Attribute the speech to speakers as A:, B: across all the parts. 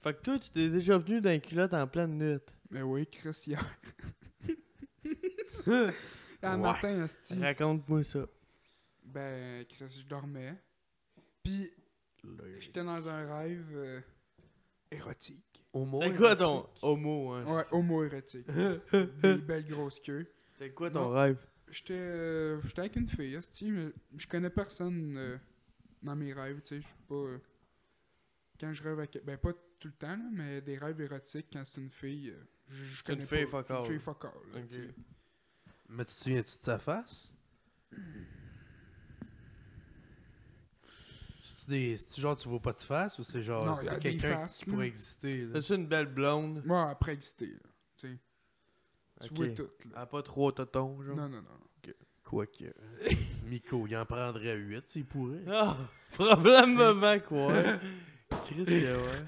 A: Fait que toi, tu t'es déjà venu dans les culottes en pleine nuit.
B: Mais Ben oui, Chris, hier.
A: Hein? Ouais.
B: Un matin, hostie.
A: Raconte-moi ça.
B: Ben, Chris, je dormais. Puis, j'étais dans un rêve euh, érotique.
C: Au moins.
A: C'est quoi ton homo, hein?
B: Ouais, homo-érotique. Des belles grosses queues.
A: C'est quoi ton rêve?
B: J'étais euh, j'étais avec une fille, hostie, mais je connais personne euh, dans mes rêves, tu sais, je suis pas... euh, quand je rêve avec... Ben, pas tout le temps, là, mais des rêves érotiques, quand c'est une fille, euh, je- je
A: C'est une
B: connais
A: fille
B: pas.
A: fuck
B: C'est
A: all.
B: une fille fuck all, là,
A: Ok.
B: tu sais.
C: Mais tu te souviens-tu de sa face? C'est-tu des... C'est-tu genre tu vois pas de face ou c'est genre
B: Non, y a
C: c'est
B: des
C: quelqu'un
B: faces,
C: qui
B: là.
C: pourrait exister? Là?
A: C'est une belle blonde.
B: Moi, après excité, là, tu sais. Tu
A: Ok.
B: vois tout, là.
A: Elle a pas trois totons, genre.
B: Non, non, non.
C: Quoique. Miko, il en prendrait 8, il pourrait.
A: Ah! Probablement quoi. Chris, que ouais.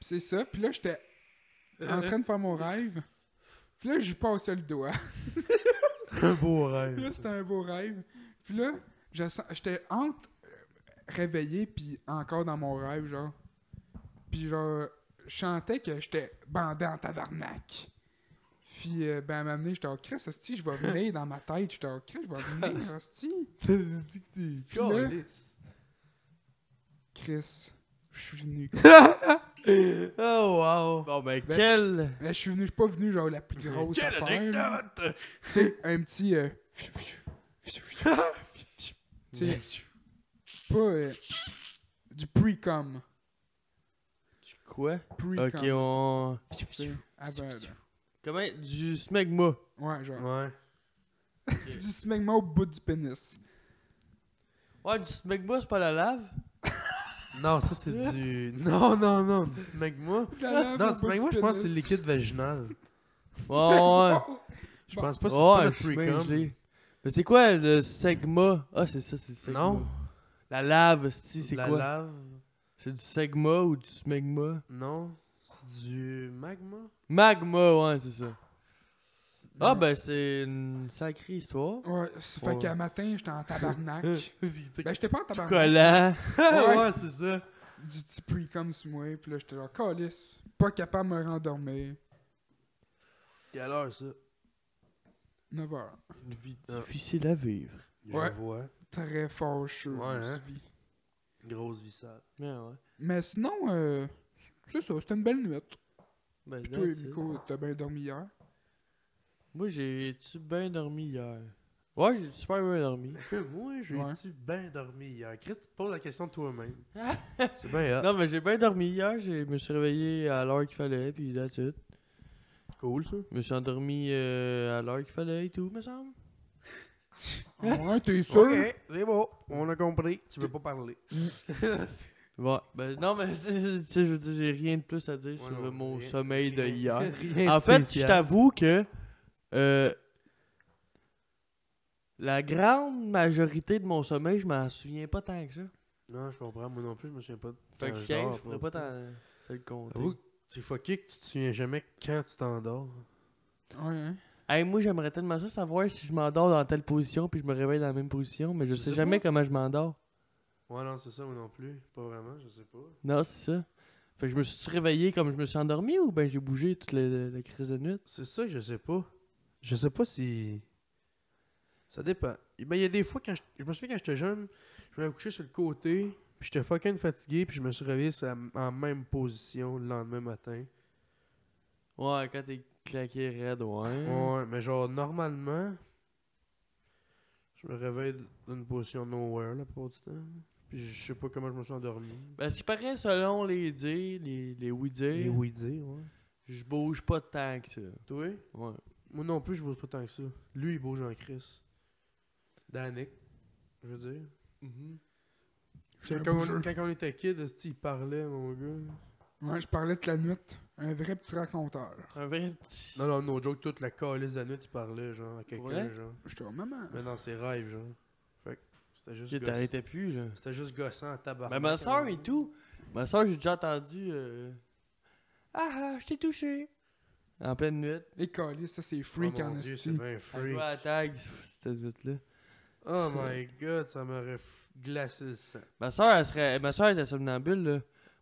B: Pis c'est ça, puis là, j'étais en train de faire mon rêve. Puis là, je passais le doigt.
C: Un beau
B: Puis là,
C: rêve.
B: c'était un beau rêve. Puis là, je sens- j'étais entre euh, réveillé puis encore dans mon rêve, genre. Puis genre, je chantais que j'étais bandé en tabarnak. Puis euh, ben, à un moment donné, j'étais en Chris, hostie, je vais venir dans ma tête. J'étais en Chris, je vais venir, hostie. Puis là, Chris, je suis venu.
C: Oh wow!
A: Bon, ben,
B: Ben-
A: quelle.
B: Là, je suis venu, je suis pas venu, genre, la plus grosse affaire. là. Tu sais, un petit. euh, tu sais, pas. euh, du pre-com.
A: Du quoi?
B: Pre-com.
A: Ok, on.
B: Tu sais, avant, là.
A: Comment? Du smegma.
B: Ouais, genre.
C: Ouais.
B: Du smegma au bout du pénis.
A: Ouais, du smegma, c'est pas la lave?
C: Non, ça c'est du. Non, non, non, du smegma.
B: De la lave au
C: Non, du
B: bout
C: smegma, je pense que c'est le
B: pénis.
C: liquide vaginal.
A: Ouais, ouais.
B: Oh!
C: Je
B: Bon.
C: pense pas que c'est
A: Ouais,
C: pas
A: je suis bien
C: le pre
A: gelé. Mais c'est quoi le segma? Ah, c'est ça, c'est du segma.
C: Non.
A: La lave, sti, c'est
C: La
A: quoi?
C: lave.
A: C'est du segma ou du smegma?
C: Non. C'est du magma.
A: Magma, ouais, c'est ça. Ah, ben, c'est une sacrée histoire.
B: Ouais, ça fait
A: Ouais.
B: qu'à matin, j'étais en tabarnak. ben, j'étais pas en
A: Ah.
B: tabarnak.
A: Collant.
C: ouais,
B: Ouais.
C: c'est ça.
B: Du petit pre-com sur moi, pis là, j'étais genre, calice. Pas capable de me rendormir.
C: Quelle heure ça?
B: 9h.
A: Une vie
C: Ah,
A: difficile à vivre.
C: Je
B: Ouais.
C: vois.
B: Très fâcheux.
C: Ouais, hein.
B: je suis.
C: Grosse vissale.
A: Ouais, ouais.
B: Mais sinon, euh, c'est ça, c'était une belle nuit.
A: Ben,
B: Puis
A: non,
B: toi,
A: c'est-
B: Nico, t'as bien dormi hier.
A: Moi, j'ai-tu bien dormi hier? Ouais, j'ai super bien dormi.
C: Moi,
B: Ouais.
C: j'ai-tu bien dormi hier? Chris, tu te poses la question de toi-même. c'est bien
A: Ah.
C: hot.
A: Non, mais j'ai bien dormi hier. Je me suis réveillé à l'heure qu'il fallait, puis that's it.
C: Cool, ça.
A: Je me suis endormi euh, à l'heure qu'il fallait et tout, me semble.
B: Ah Ouais, t'es sûr?
C: Ok, c'est bon. On a compris. Tu veux pas parler.
A: Ouais, ben non, mais c'est- c'est- tu sais, je veux dire, j'ai rien de plus à dire
C: Ouais,
A: sur
C: non,
A: euh, mon
C: rien-
A: sommeil de hier.
C: Rien
A: en
C: de
A: fait, je
C: spécial.
A: t'avoue que euh, la grande majorité de mon sommeil, je m'en souviens pas tant que ça.
C: Non, je comprends. Moi non plus, je me souviens pas. de
A: Fait que
C: quand
A: je
C: dors,
A: je pourrais pas
C: pour ça.
A: t'en te le compter.
C: Avoue que c'est fucké que tu te souviens jamais quand tu t'endors.
B: Ouais, hein.
A: Hey, moi, j'aimerais tellement ça savoir si je m'endors dans telle position puis je me réveille dans la même position, mais je,
C: Je
A: sais,
C: sais
A: jamais
C: pas.
A: comment je m'endors.
C: Ouais, non, c'est ça, moi non plus. Pas vraiment, je sais pas.
A: Non, c'est ça. Fait que je me suis réveillé comme je me suis endormi ou ben j'ai bougé toute la, la- la crise de nuit?
C: C'est ça, je sais pas. Je sais pas si. Ça dépend. Eh ben, il y a des fois, quand je, je me souviens quand j'étais jeune, je me coucher sur le côté, puis j'étais fucking fatigué, puis je me suis réveillé sur la- en même position le lendemain matin.
A: Ouais, quand t'es claqué raide, ouais.
C: Ouais, mais genre, normalement, je me réveille d'une position nowhere la plupart du temps. Puis je sais pas comment je me suis endormi.
A: Ben, ce qui paraît, selon les dires, les, les
C: Les
A: oui-dires,
C: oui-dire, ouais.
A: je bouge pas tant que ça.
C: Toi,
A: Ouais.
C: moi non plus, je bouge pas tant que ça. Lui, il bouge en crise. Danick, je veux dire.
B: J'étais un
C: Quand on,
B: bougeur.
C: quand on était kid, esti, il parlait, mon gars.
B: Ouais, je parlais de la nuit. Un vrai petit raconteur.
A: Un vrai petit...
C: Non, non, no joke, toute la calice de la nuit, il parlait, genre, à quelqu'un,
A: Ouais?
C: genre.
B: J'étais au maman.
C: Mais dans ses rêves, genre. Fait que c'était juste
A: J'ai
C: gossant.
A: t'arrêtais plus, là.
C: C'était juste gossant hein. à tabac.
A: Ben, ma soeur et tout, ma soeur, j'ai déjà entendu... euh, Ah, ah, je t'ai touché! En pleine nuit.
B: Et calé, ça c'est freak en
C: Oh C'est
B: esti.
C: bien
A: Elle
C: freak.
A: jouait à la tag, cette là
C: Oh my god, ça m'aurait f- glacé le sang.
A: Ma soeur, elle serait... Ma soeur était somnambule, là.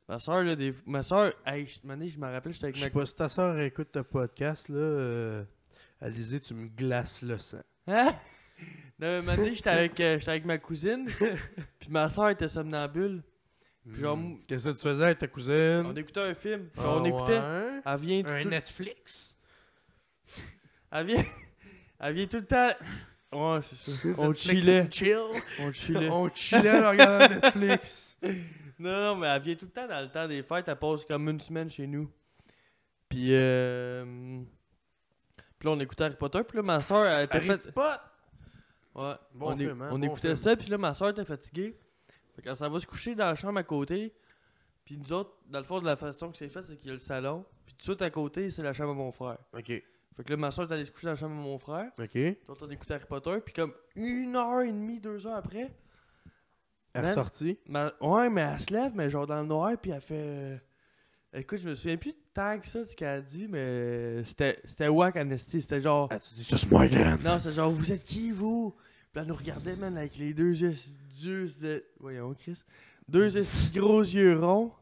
A: Ma soeur, là, des... ma soeur, hey, je- un moment donné, je me rappelle, j'étais
C: Je sais
A: avec ma.
C: pas si ta soeur écoute ton podcast, là. Euh, Alizé, tu me glaces le sang.
A: Hein? Non, mais un moment donné, j'étais avec, euh, j'étais avec ma cousine, puis ma soeur était somnambule. Puis genre,
C: Hmm.
A: mou-
C: Qu'est-ce que tu faisais avec ta
A: On
C: cousine?
A: écoutait un film, puis
C: Ah
A: on écoutait.
C: ouais?
A: Elle vient,
C: Un
A: tout...
C: Netflix?
A: elle, vient... elle vient tout le temps. Ouais, c'est ça. On
C: Netflix and
A: chillait.
C: Chill.
A: On chillait.
C: On chillait en regardant Netflix.
A: Non, non, mais elle vient tout le temps dans le temps des fêtes. Elle passe comme une semaine chez nous. Puis, euh... puis là, on écoutait Harry Potter. Puis là, ma soeur, elle était
C: Harry
A: faite.
C: Potter!
A: Ouais,
C: Bon
A: on, é-
C: film, hein,
A: on
C: bon
A: écoutait
C: film.
A: ça. Puis là, ma soeur était fatiguée. Fait qu'elle s'en va se coucher dans la chambre à côté. Puis nous autres, dans le fond, de la façon que c'est fait, c'est qu'il y a le salon. Puis tout de suite à côté, c'est la chambre à mon frère.
C: Ok,
A: Fait que là, ma soeur est allée se coucher dans la chambre à mon frère.
C: ok. Elle
A: Donc, on écoutait Harry Potter, puis comme une heure et demie, deux heures après,
C: est
A: Man.
C: ressortie.
A: ma- ouais, mais elle se lève, mais genre dans le noir, puis elle fait. euh, Écoute, je me souviens plus tant que ça de ce qu'elle a dit, mais c'était c'était wack Anesti. C'était genre.
C: tu dis juste moi, grande.
A: Non, c'est genre, vous êtes qui, vous Puis elle nous regardait, man, avec les deux yeux. yeux de... Voyons, Chris. Deux esti gros yeux ronds.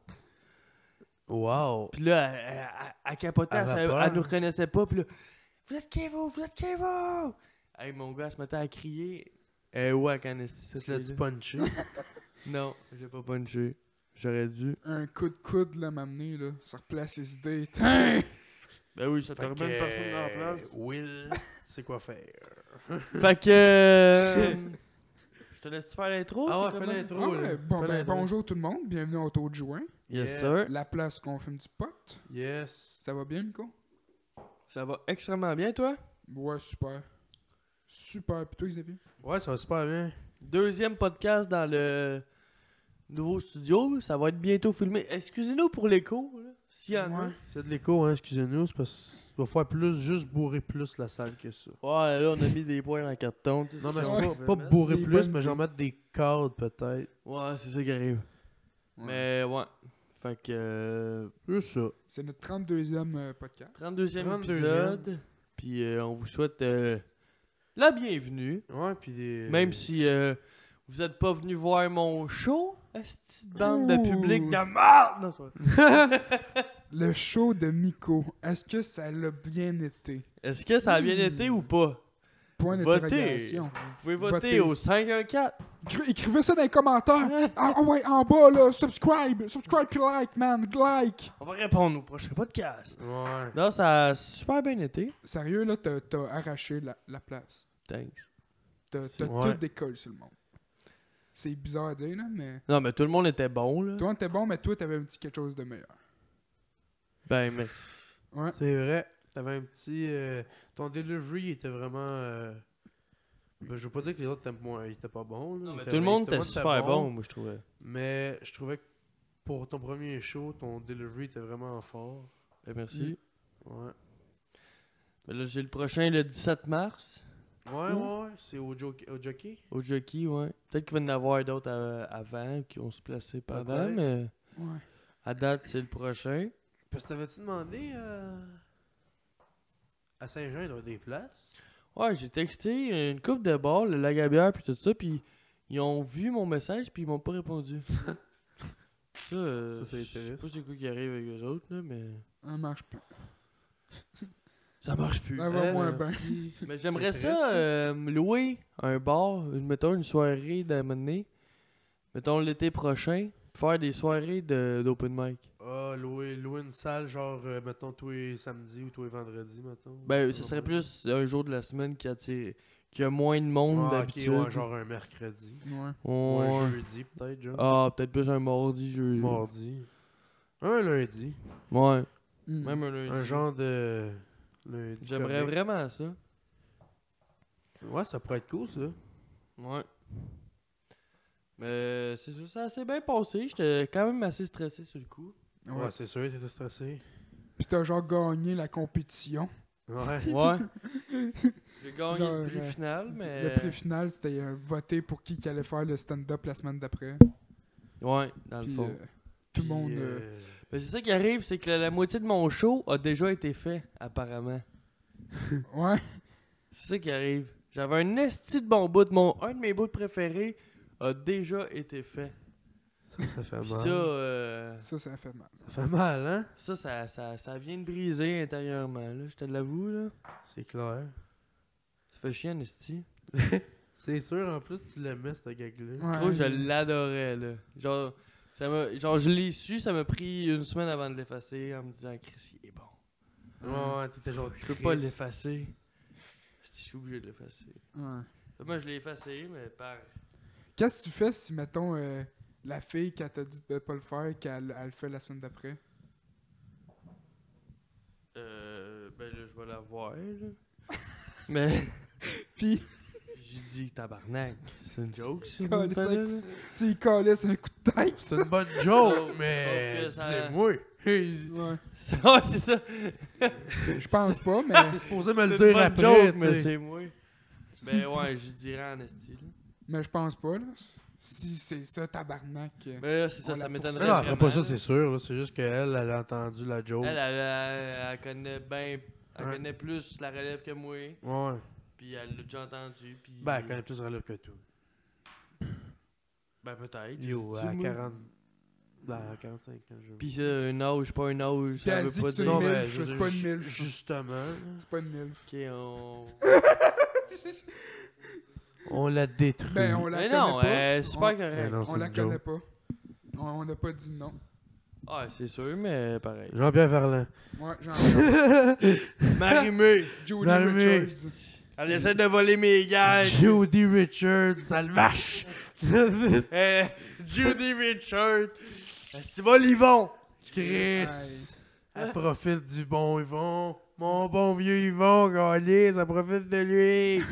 C: Wow.
A: Puis là, elle, elle- elle- elle capotait,
C: Elle
A: elle,
C: avait
A: savait-
C: peur.
A: elle nous reconnaissait pas. Puis là, vous êtes qui vous, vous êtes qui vous? Hey, mon gars, elle se mettait à crier. Eh ouais, quand est-ce
C: Tu l'as dit punché.
A: Non, j'ai pas punché. J'aurais dû.
B: Un coup de coude, là, m'amener, là. Ça replace les idées. Tain!
A: Ben oui, ça te
C: Fait
A: remet
C: que, euh,
A: une personne dans la place.
C: Will, tu sais quoi faire.
A: Fait que. euh, je te laisse faire l'intro.
C: Ah ouais,
A: c'est
C: fais
A: comment?
B: Ah
C: l'intro. là.
B: ouais, bon,
C: Fais
B: ben,
C: l'intro.
B: bonjour tout le monde, bienvenue au taux de juin.
A: Yes,
C: Yeah.
A: sir.
B: La place qu'on fume du pot.
C: Yes.
B: Ça va bien, Nico?
A: Ça va extrêmement bien, toi.
B: Ouais, super. Super. Puis toi, Xavier?
C: Ouais, ça va super bien.
A: Deuxième podcast dans le nouveau studio. Ça va être bientôt filmé. Excusez-nous pour l'écho, là, s'il y en a.
B: Ouais.
C: C'est de l'écho, hein, excusez-nous. C'est parce qu'il va falloir plus, juste bourrer plus la salle que ça.
A: Ouais, là, on a mis des points dans le carton. tout
C: Non,
A: ce
C: mais
A: qu'on
C: c'est
A: peut
C: pas, pas
A: mettre.
C: bourrer
B: Des
C: plus,
B: bonnes
C: mais j'en
B: idées.
C: mettre des cordes peut-être.
A: Ouais, c'est ça qui arrive. Mais ouais. Fait que. euh,
C: Juste ça.
B: C'est notre 32e euh, podcast.
A: 32e,
C: 32e.
A: épisode. Puis euh, on vous souhaite euh, la bienvenue.
C: Ouais, puis des.
A: Même si euh, vous êtes pas venu voir mon show, cette bande de
B: Ouh.
A: public de merde! Non, c'est pas vrai.
B: Le show de Miko, est-ce que ça l'a bien été?
A: Est-ce que ça a bien été
B: Hmm.
A: ou pas?
B: Point
A: Votez!
B: d'interrogation.
A: Vous pouvez voter
B: Votez.
A: au 514.
B: Écri- Écrivez ça dans les commentaires. ah ah ouais, en bas là, subscribe, subscribe puis like, man, like.
A: On va répondre au prochain podcast.
C: Ouais.
A: Non, ça a super bien été.
B: Sérieux là, t'as t'as arraché la, la place.
A: Thanks.
B: T'as
A: C'est-
B: t'as
C: ouais.
B: tout décollé sur le monde. C'est bizarre à dire là, mais
A: Non, mais tout le monde était bon, là.
B: toi t'es bon, mais toi t'avais un petit quelque chose de meilleur.
A: Ben, mais.
B: Ouais.
C: C'est vrai. T'avais un petit. euh, ton delivery était vraiment. euh, ben, je veux pas dire que les autres étaient moins. Ils étaient pas bons. là.
A: Non, mais
C: Ils
A: tout
C: étaient-
A: le monde
C: tout
A: était super
C: bon.
A: bon, moi, je trouvais.
C: Mais je trouvais que pour ton premier show, ton delivery était vraiment fort.
A: Ben, merci.
C: Ouais.
A: Ben là, j'ai le prochain le 17 mars. Hmm.
C: Ouais,
B: Mm.
C: ouais, ouais. C'est au, jo- au jockey.
A: Au jockey, ouais. Peut-être qu'il va y en avoir d'autres euh, avant, qui vont se placer pendant,
C: Peut-être.
A: mais
B: Ouais.
A: à date, c'est le prochain.
C: Parce que t'avais-tu demandé euh, à Saint-Jean, il doit y avoir des places.
A: Ouais, j'ai texté une coupe de bord, le lagabière, puis tout ça, puis ils ont vu mon message, puis ils m'ont pas répondu. ça, euh,
C: Ça, c'est
A: Je sais pas
C: triste.
A: c'est quoi qui arrive avec eux autres, là, mais
B: Ça marche plus.
A: ça marche plus. Hein?
B: Ah, va
C: Eh,
B: moins bien.
C: si.
A: Mais j'aimerais
C: C'est
A: ça
C: triste,
A: euh, me louer un bar, une, mettons une soirée d'un moment donné, mettons l'été prochain, faire des soirées de- d'open mic.
C: Ah, louer, louer une salle, genre, euh, mettons, tous les samedis ou tous les vendredis, mettons.
A: Ben, ce serait plus un jour de la semaine qui attire, qui a moins de monde
C: Ah, ok,
A: d'habitude.
C: ouais, genre un mercredi.
B: Ouais.
C: Ou
A: Ouais.
C: un jeudi, peut-être, genre.
A: Ah, peut-être plus un mardi, jeudi.
C: Mardi. Un lundi.
A: Ouais,
B: Mm.
A: même un lundi.
C: Un genre de. Lundi.
A: J'aimerais
C: comique.
A: vraiment ça.
C: Ouais, ça pourrait être cool, ça.
A: Ouais. Mais euh, c'est ça, ça s'est bien passé. J'étais quand même assez stressé sur le coup.
C: Ouais,
B: Ouais.
C: c'est sûr, t'étais stressé.
B: Puis t'as genre gagné la compétition.
C: Ouais.
A: Ouais. J'ai gagné
B: Genre,
A: le prix
B: euh,
A: final, mais.
B: Le prix final, c'était euh, voter pour qui qui allait faire le stand-up la semaine d'après.
A: Ouais, dans le
B: Puis,
A: fond.
B: euh, tout le
C: Puis,
B: monde. euh,
C: euh,
A: Mais c'est ça qui arrive, c'est que la, la moitié de mon show a déjà été fait, apparemment.
B: euh, Ouais.
A: C'est ça qui arrive. J'avais un esti de bon bout. Mon, un de mes bouts préférés a déjà été fait.
C: ça Ça
B: Ah
C: fait
A: Puis
C: mal.
A: ça, euh,
B: Ça, ça fait mal.
C: Ça fait mal, hein?
A: ça, ça, ça, ça vient de briser intérieurement, là, je te l'avoue, là.
C: C'est clair.
A: Ça fait chier, Esti.
C: C'est sûr, en plus, tu l'aimais, cette gag-là.
A: Gros, je
B: Ouais.
A: l'adorais, là. Genre, ça m'a- genre, je l'ai su, ça m'a pris une semaine avant de l'effacer en me disant, Chris, il est bon.
C: Ouais, ouais, t'étais genre.
A: Je peux pas l'effacer. Si je suis obligé de l'effacer.
B: Ouais.
A: Moi, je l'ai effacé, mais par.
B: Qu'est-ce que tu fais si, mettons, euh, la fille qui t'a dit de pas le faire, qu'elle elle le fait la semaine d'après?
A: Euh, ben là, je vais la voir, là. mais.
B: Puis,
A: J'ai dit, tabarnak. C'est une joke, ça.
B: Calais,
A: cette affaire-là,
B: ça
A: là.
B: tu y collais sur un coup de tête.
C: C'est une bonne
A: Sauf-
C: joke,
A: sauf
C: mais.
A: que ça-
C: Dis-moi. Hey,
B: Ouais.
A: Ça, ouais, c'est ça.
B: Je pense pas, mais,
C: T'es supposé me le
A: C'est une
C: dire
A: bonne
C: après,
A: joke, mais
C: tu sais.
A: c'est moi. Ben ouais, je dirais en esti. là.
B: mais je pense pas, là. Si c'est ça, tabarnak. euh,
A: Mais là, c'est ça,
B: On
A: ça
B: la
A: m'étonnerait.
C: Non, non, elle fera pas
A: vraiment,
C: ça, c'est
A: là.
C: sûr. là. C'est juste qu'elle, elle a entendu la joke.
A: Elle, elle, elle- elle connaît bien. Elle
C: Ouais.
A: connaît plus la relève que moi.
C: Ouais.
A: Puis elle l'a déjà entendu. Puis.
C: Ben, elle connaît plus relève que tout.
A: Ben, peut-être.
C: Yo,
A: je sais-tu,
C: à
A: moi.
C: 40. Ben, à 45 quand je.
A: Pis ça, un âge, pas un âge,
B: Puis
A: ça
B: elle dit
A: veut pas
B: que c'est
A: dire.
B: une
C: non, mais
B: milf,
C: je veux
B: c'est
C: dire,
B: pas une
C: ju-
B: milf.
C: Justement,
B: C'est pas une milf.
A: Ok, on.
C: on la détruit.
B: Ben, on la
A: Mais
B: connaît
A: non,
B: pas.
A: euh, super
B: on,
A: correct.
C: non,
B: on la connaît pas. On on n'a pas dit non.
A: Ah, c'est sûr, mais pareil.
C: Jean-Pierre Verland.
B: Ouais, j'en ai
A: Marimé,
B: Jody
C: Marimé.
B: Richards.
A: elle essaie de voler mes gars.
C: Judy Richards, ça le marche!
A: Euh, Judy Richard. Est-ce que tu vas, Livon?
C: Chris!
B: Aïe.
C: Elle profite du bon Yvon. Mon bon vieux Yvon, Galis, elle profite de lui.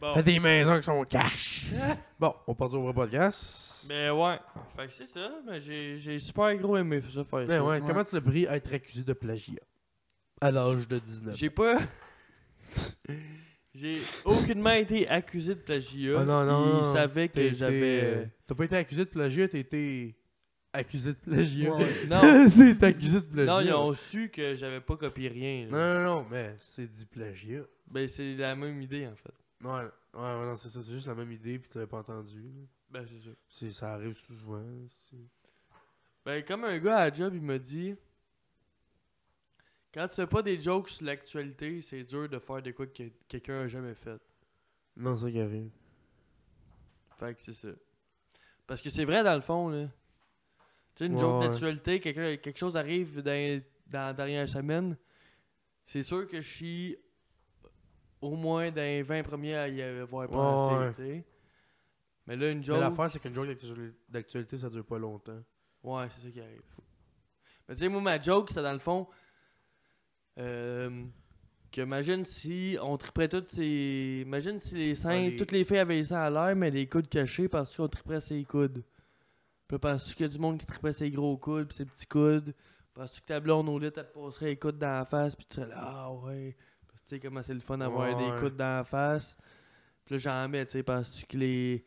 A: Bon.
C: Fait des maisons qui sont cash. bon, on part au vrai podcast.
A: Ben ouais. Fait que c'est ça, mais j'ai j'ai super gros aimé ça faire
C: Ben
A: ça.
C: ouais,
B: Ouais.
C: comment tu l'as pris à être accusé de plagiat? À l'âge de 19.
A: J'ai pas. j'ai aucunement été accusé de plagiat.
C: Ah non, non,
A: Ils
C: non.
A: savaient
C: T'as
A: que
C: été, euh,
A: j'avais.
C: T'as pas été accusé de plagiat, t'as été accusé de plagiat.
B: Ouais, ouais, c'est
A: Non.
C: c'est accusé de plagiat.
A: Non, ils ont su que j'avais pas copié rien.
C: Non,
A: là.
C: non, non, mais c'est du plagiat.
A: Ben c'est la même idée en fait.
C: Ouais, ouais, ouais, non, c'est ça, c'est juste la même idée, puis t'avais pas entendu. là.
A: Ben c'est ça.
C: C'est- Ça arrive souvent. c'est-
A: Ben, comme un gars à la job, il m'a dit Quand tu fais pas des jokes sur l'actualité, c'est dur de faire des quoi que quelqu'un a jamais fait.
C: Non, c'est ça qui arrive.
A: Fait que c'est ça. Parce que c'est vrai dans le fond, là. Tu sais, une
C: Ouais,
A: joke
C: ouais.
A: d'actualité, quelqu'un- quelque chose arrive dans, dans la dernière semaine, c'est sûr que je suis au moins dans les 20 premiers à y avoir pensé,
C: ouais.
A: tu sais. Mais là, une
C: Mais
A: joke.
C: l'affaire, c'est qu'une joke d'actu- d'actualité, ça dure pas longtemps.
A: Ouais, c'est ça qui arrive. Mais tu sais, moi, ma joke, c'est dans le fond. Euh, que imagine si on triperait toutes ces. Imagine si les seins,
C: Ah, les-
A: toutes les filles avaient les seins à l'air, mais les coudes cachés parce qu'on triperait ses coudes. Puis là, penses-tu qu'il y a du monde qui triperait ses gros coudes puis ses petits coudes? Penses-tu que ta blonde au lit, elle te passerait les coudes dans la face puis tu serais là, ah ouais. Parce que tu sais comment c'est le fun d'avoir
C: Ouais.
A: des coudes dans la face. Puis là, j'en mets, tu sais, penses-tu que les.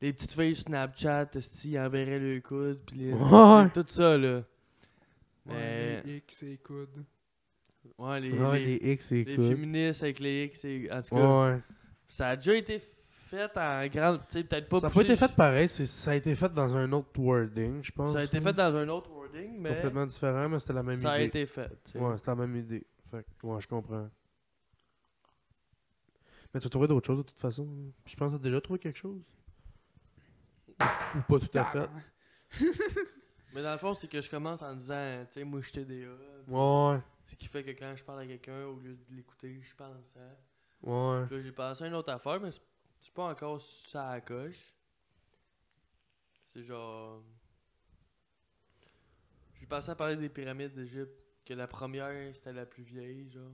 A: Les petites filles sur Snapchat, esti, ils enverraient le coude, puis les...
C: Ouais.
A: tout ça, là.
B: Ouais,
A: Mais,
B: les X et les coudes.
A: ouais, les,
C: Ouais,
A: les-
C: Ah, les X, c'est
A: les
C: cool.
A: féministes avec les X, et- en tout cas,
C: Ouais.
A: ça a déjà été fait en grande, tu sais, peut-être pas
C: Ça a pas
A: poussé
C: été
A: ju-
C: fait pareil, c'est- ça a été fait dans un autre wording, je pense.
A: Ça a été
C: là.
A: fait dans un autre wording, mais
C: Complètement différent, mais c'était la même
A: ça a
C: idée.
A: été fait, tu sais.
C: Ouais, c'était la même idée. Fait que, ouais, je comprends. Mais tu as trouvé d'autres choses de toute façon. hein? Je pense que tu as déjà trouvé quelque chose. Ou pas tout à fait.
B: Tabarnak.
A: Mais dans le fond, c'est que je commence en disant, tu sais, moi, je TDA,
C: Ouais,
A: ce qui fait que quand je parle à quelqu'un, au lieu de l'écouter, je pense hein. à...
C: ouais.
A: Puis Là, j'ai pensé à une autre affaire, mais c'est c'est pas encore ça à coche. C'est genre. J'ai pensé à parler des pyramides d'Égypte, que la première c'était la plus vieille, genre.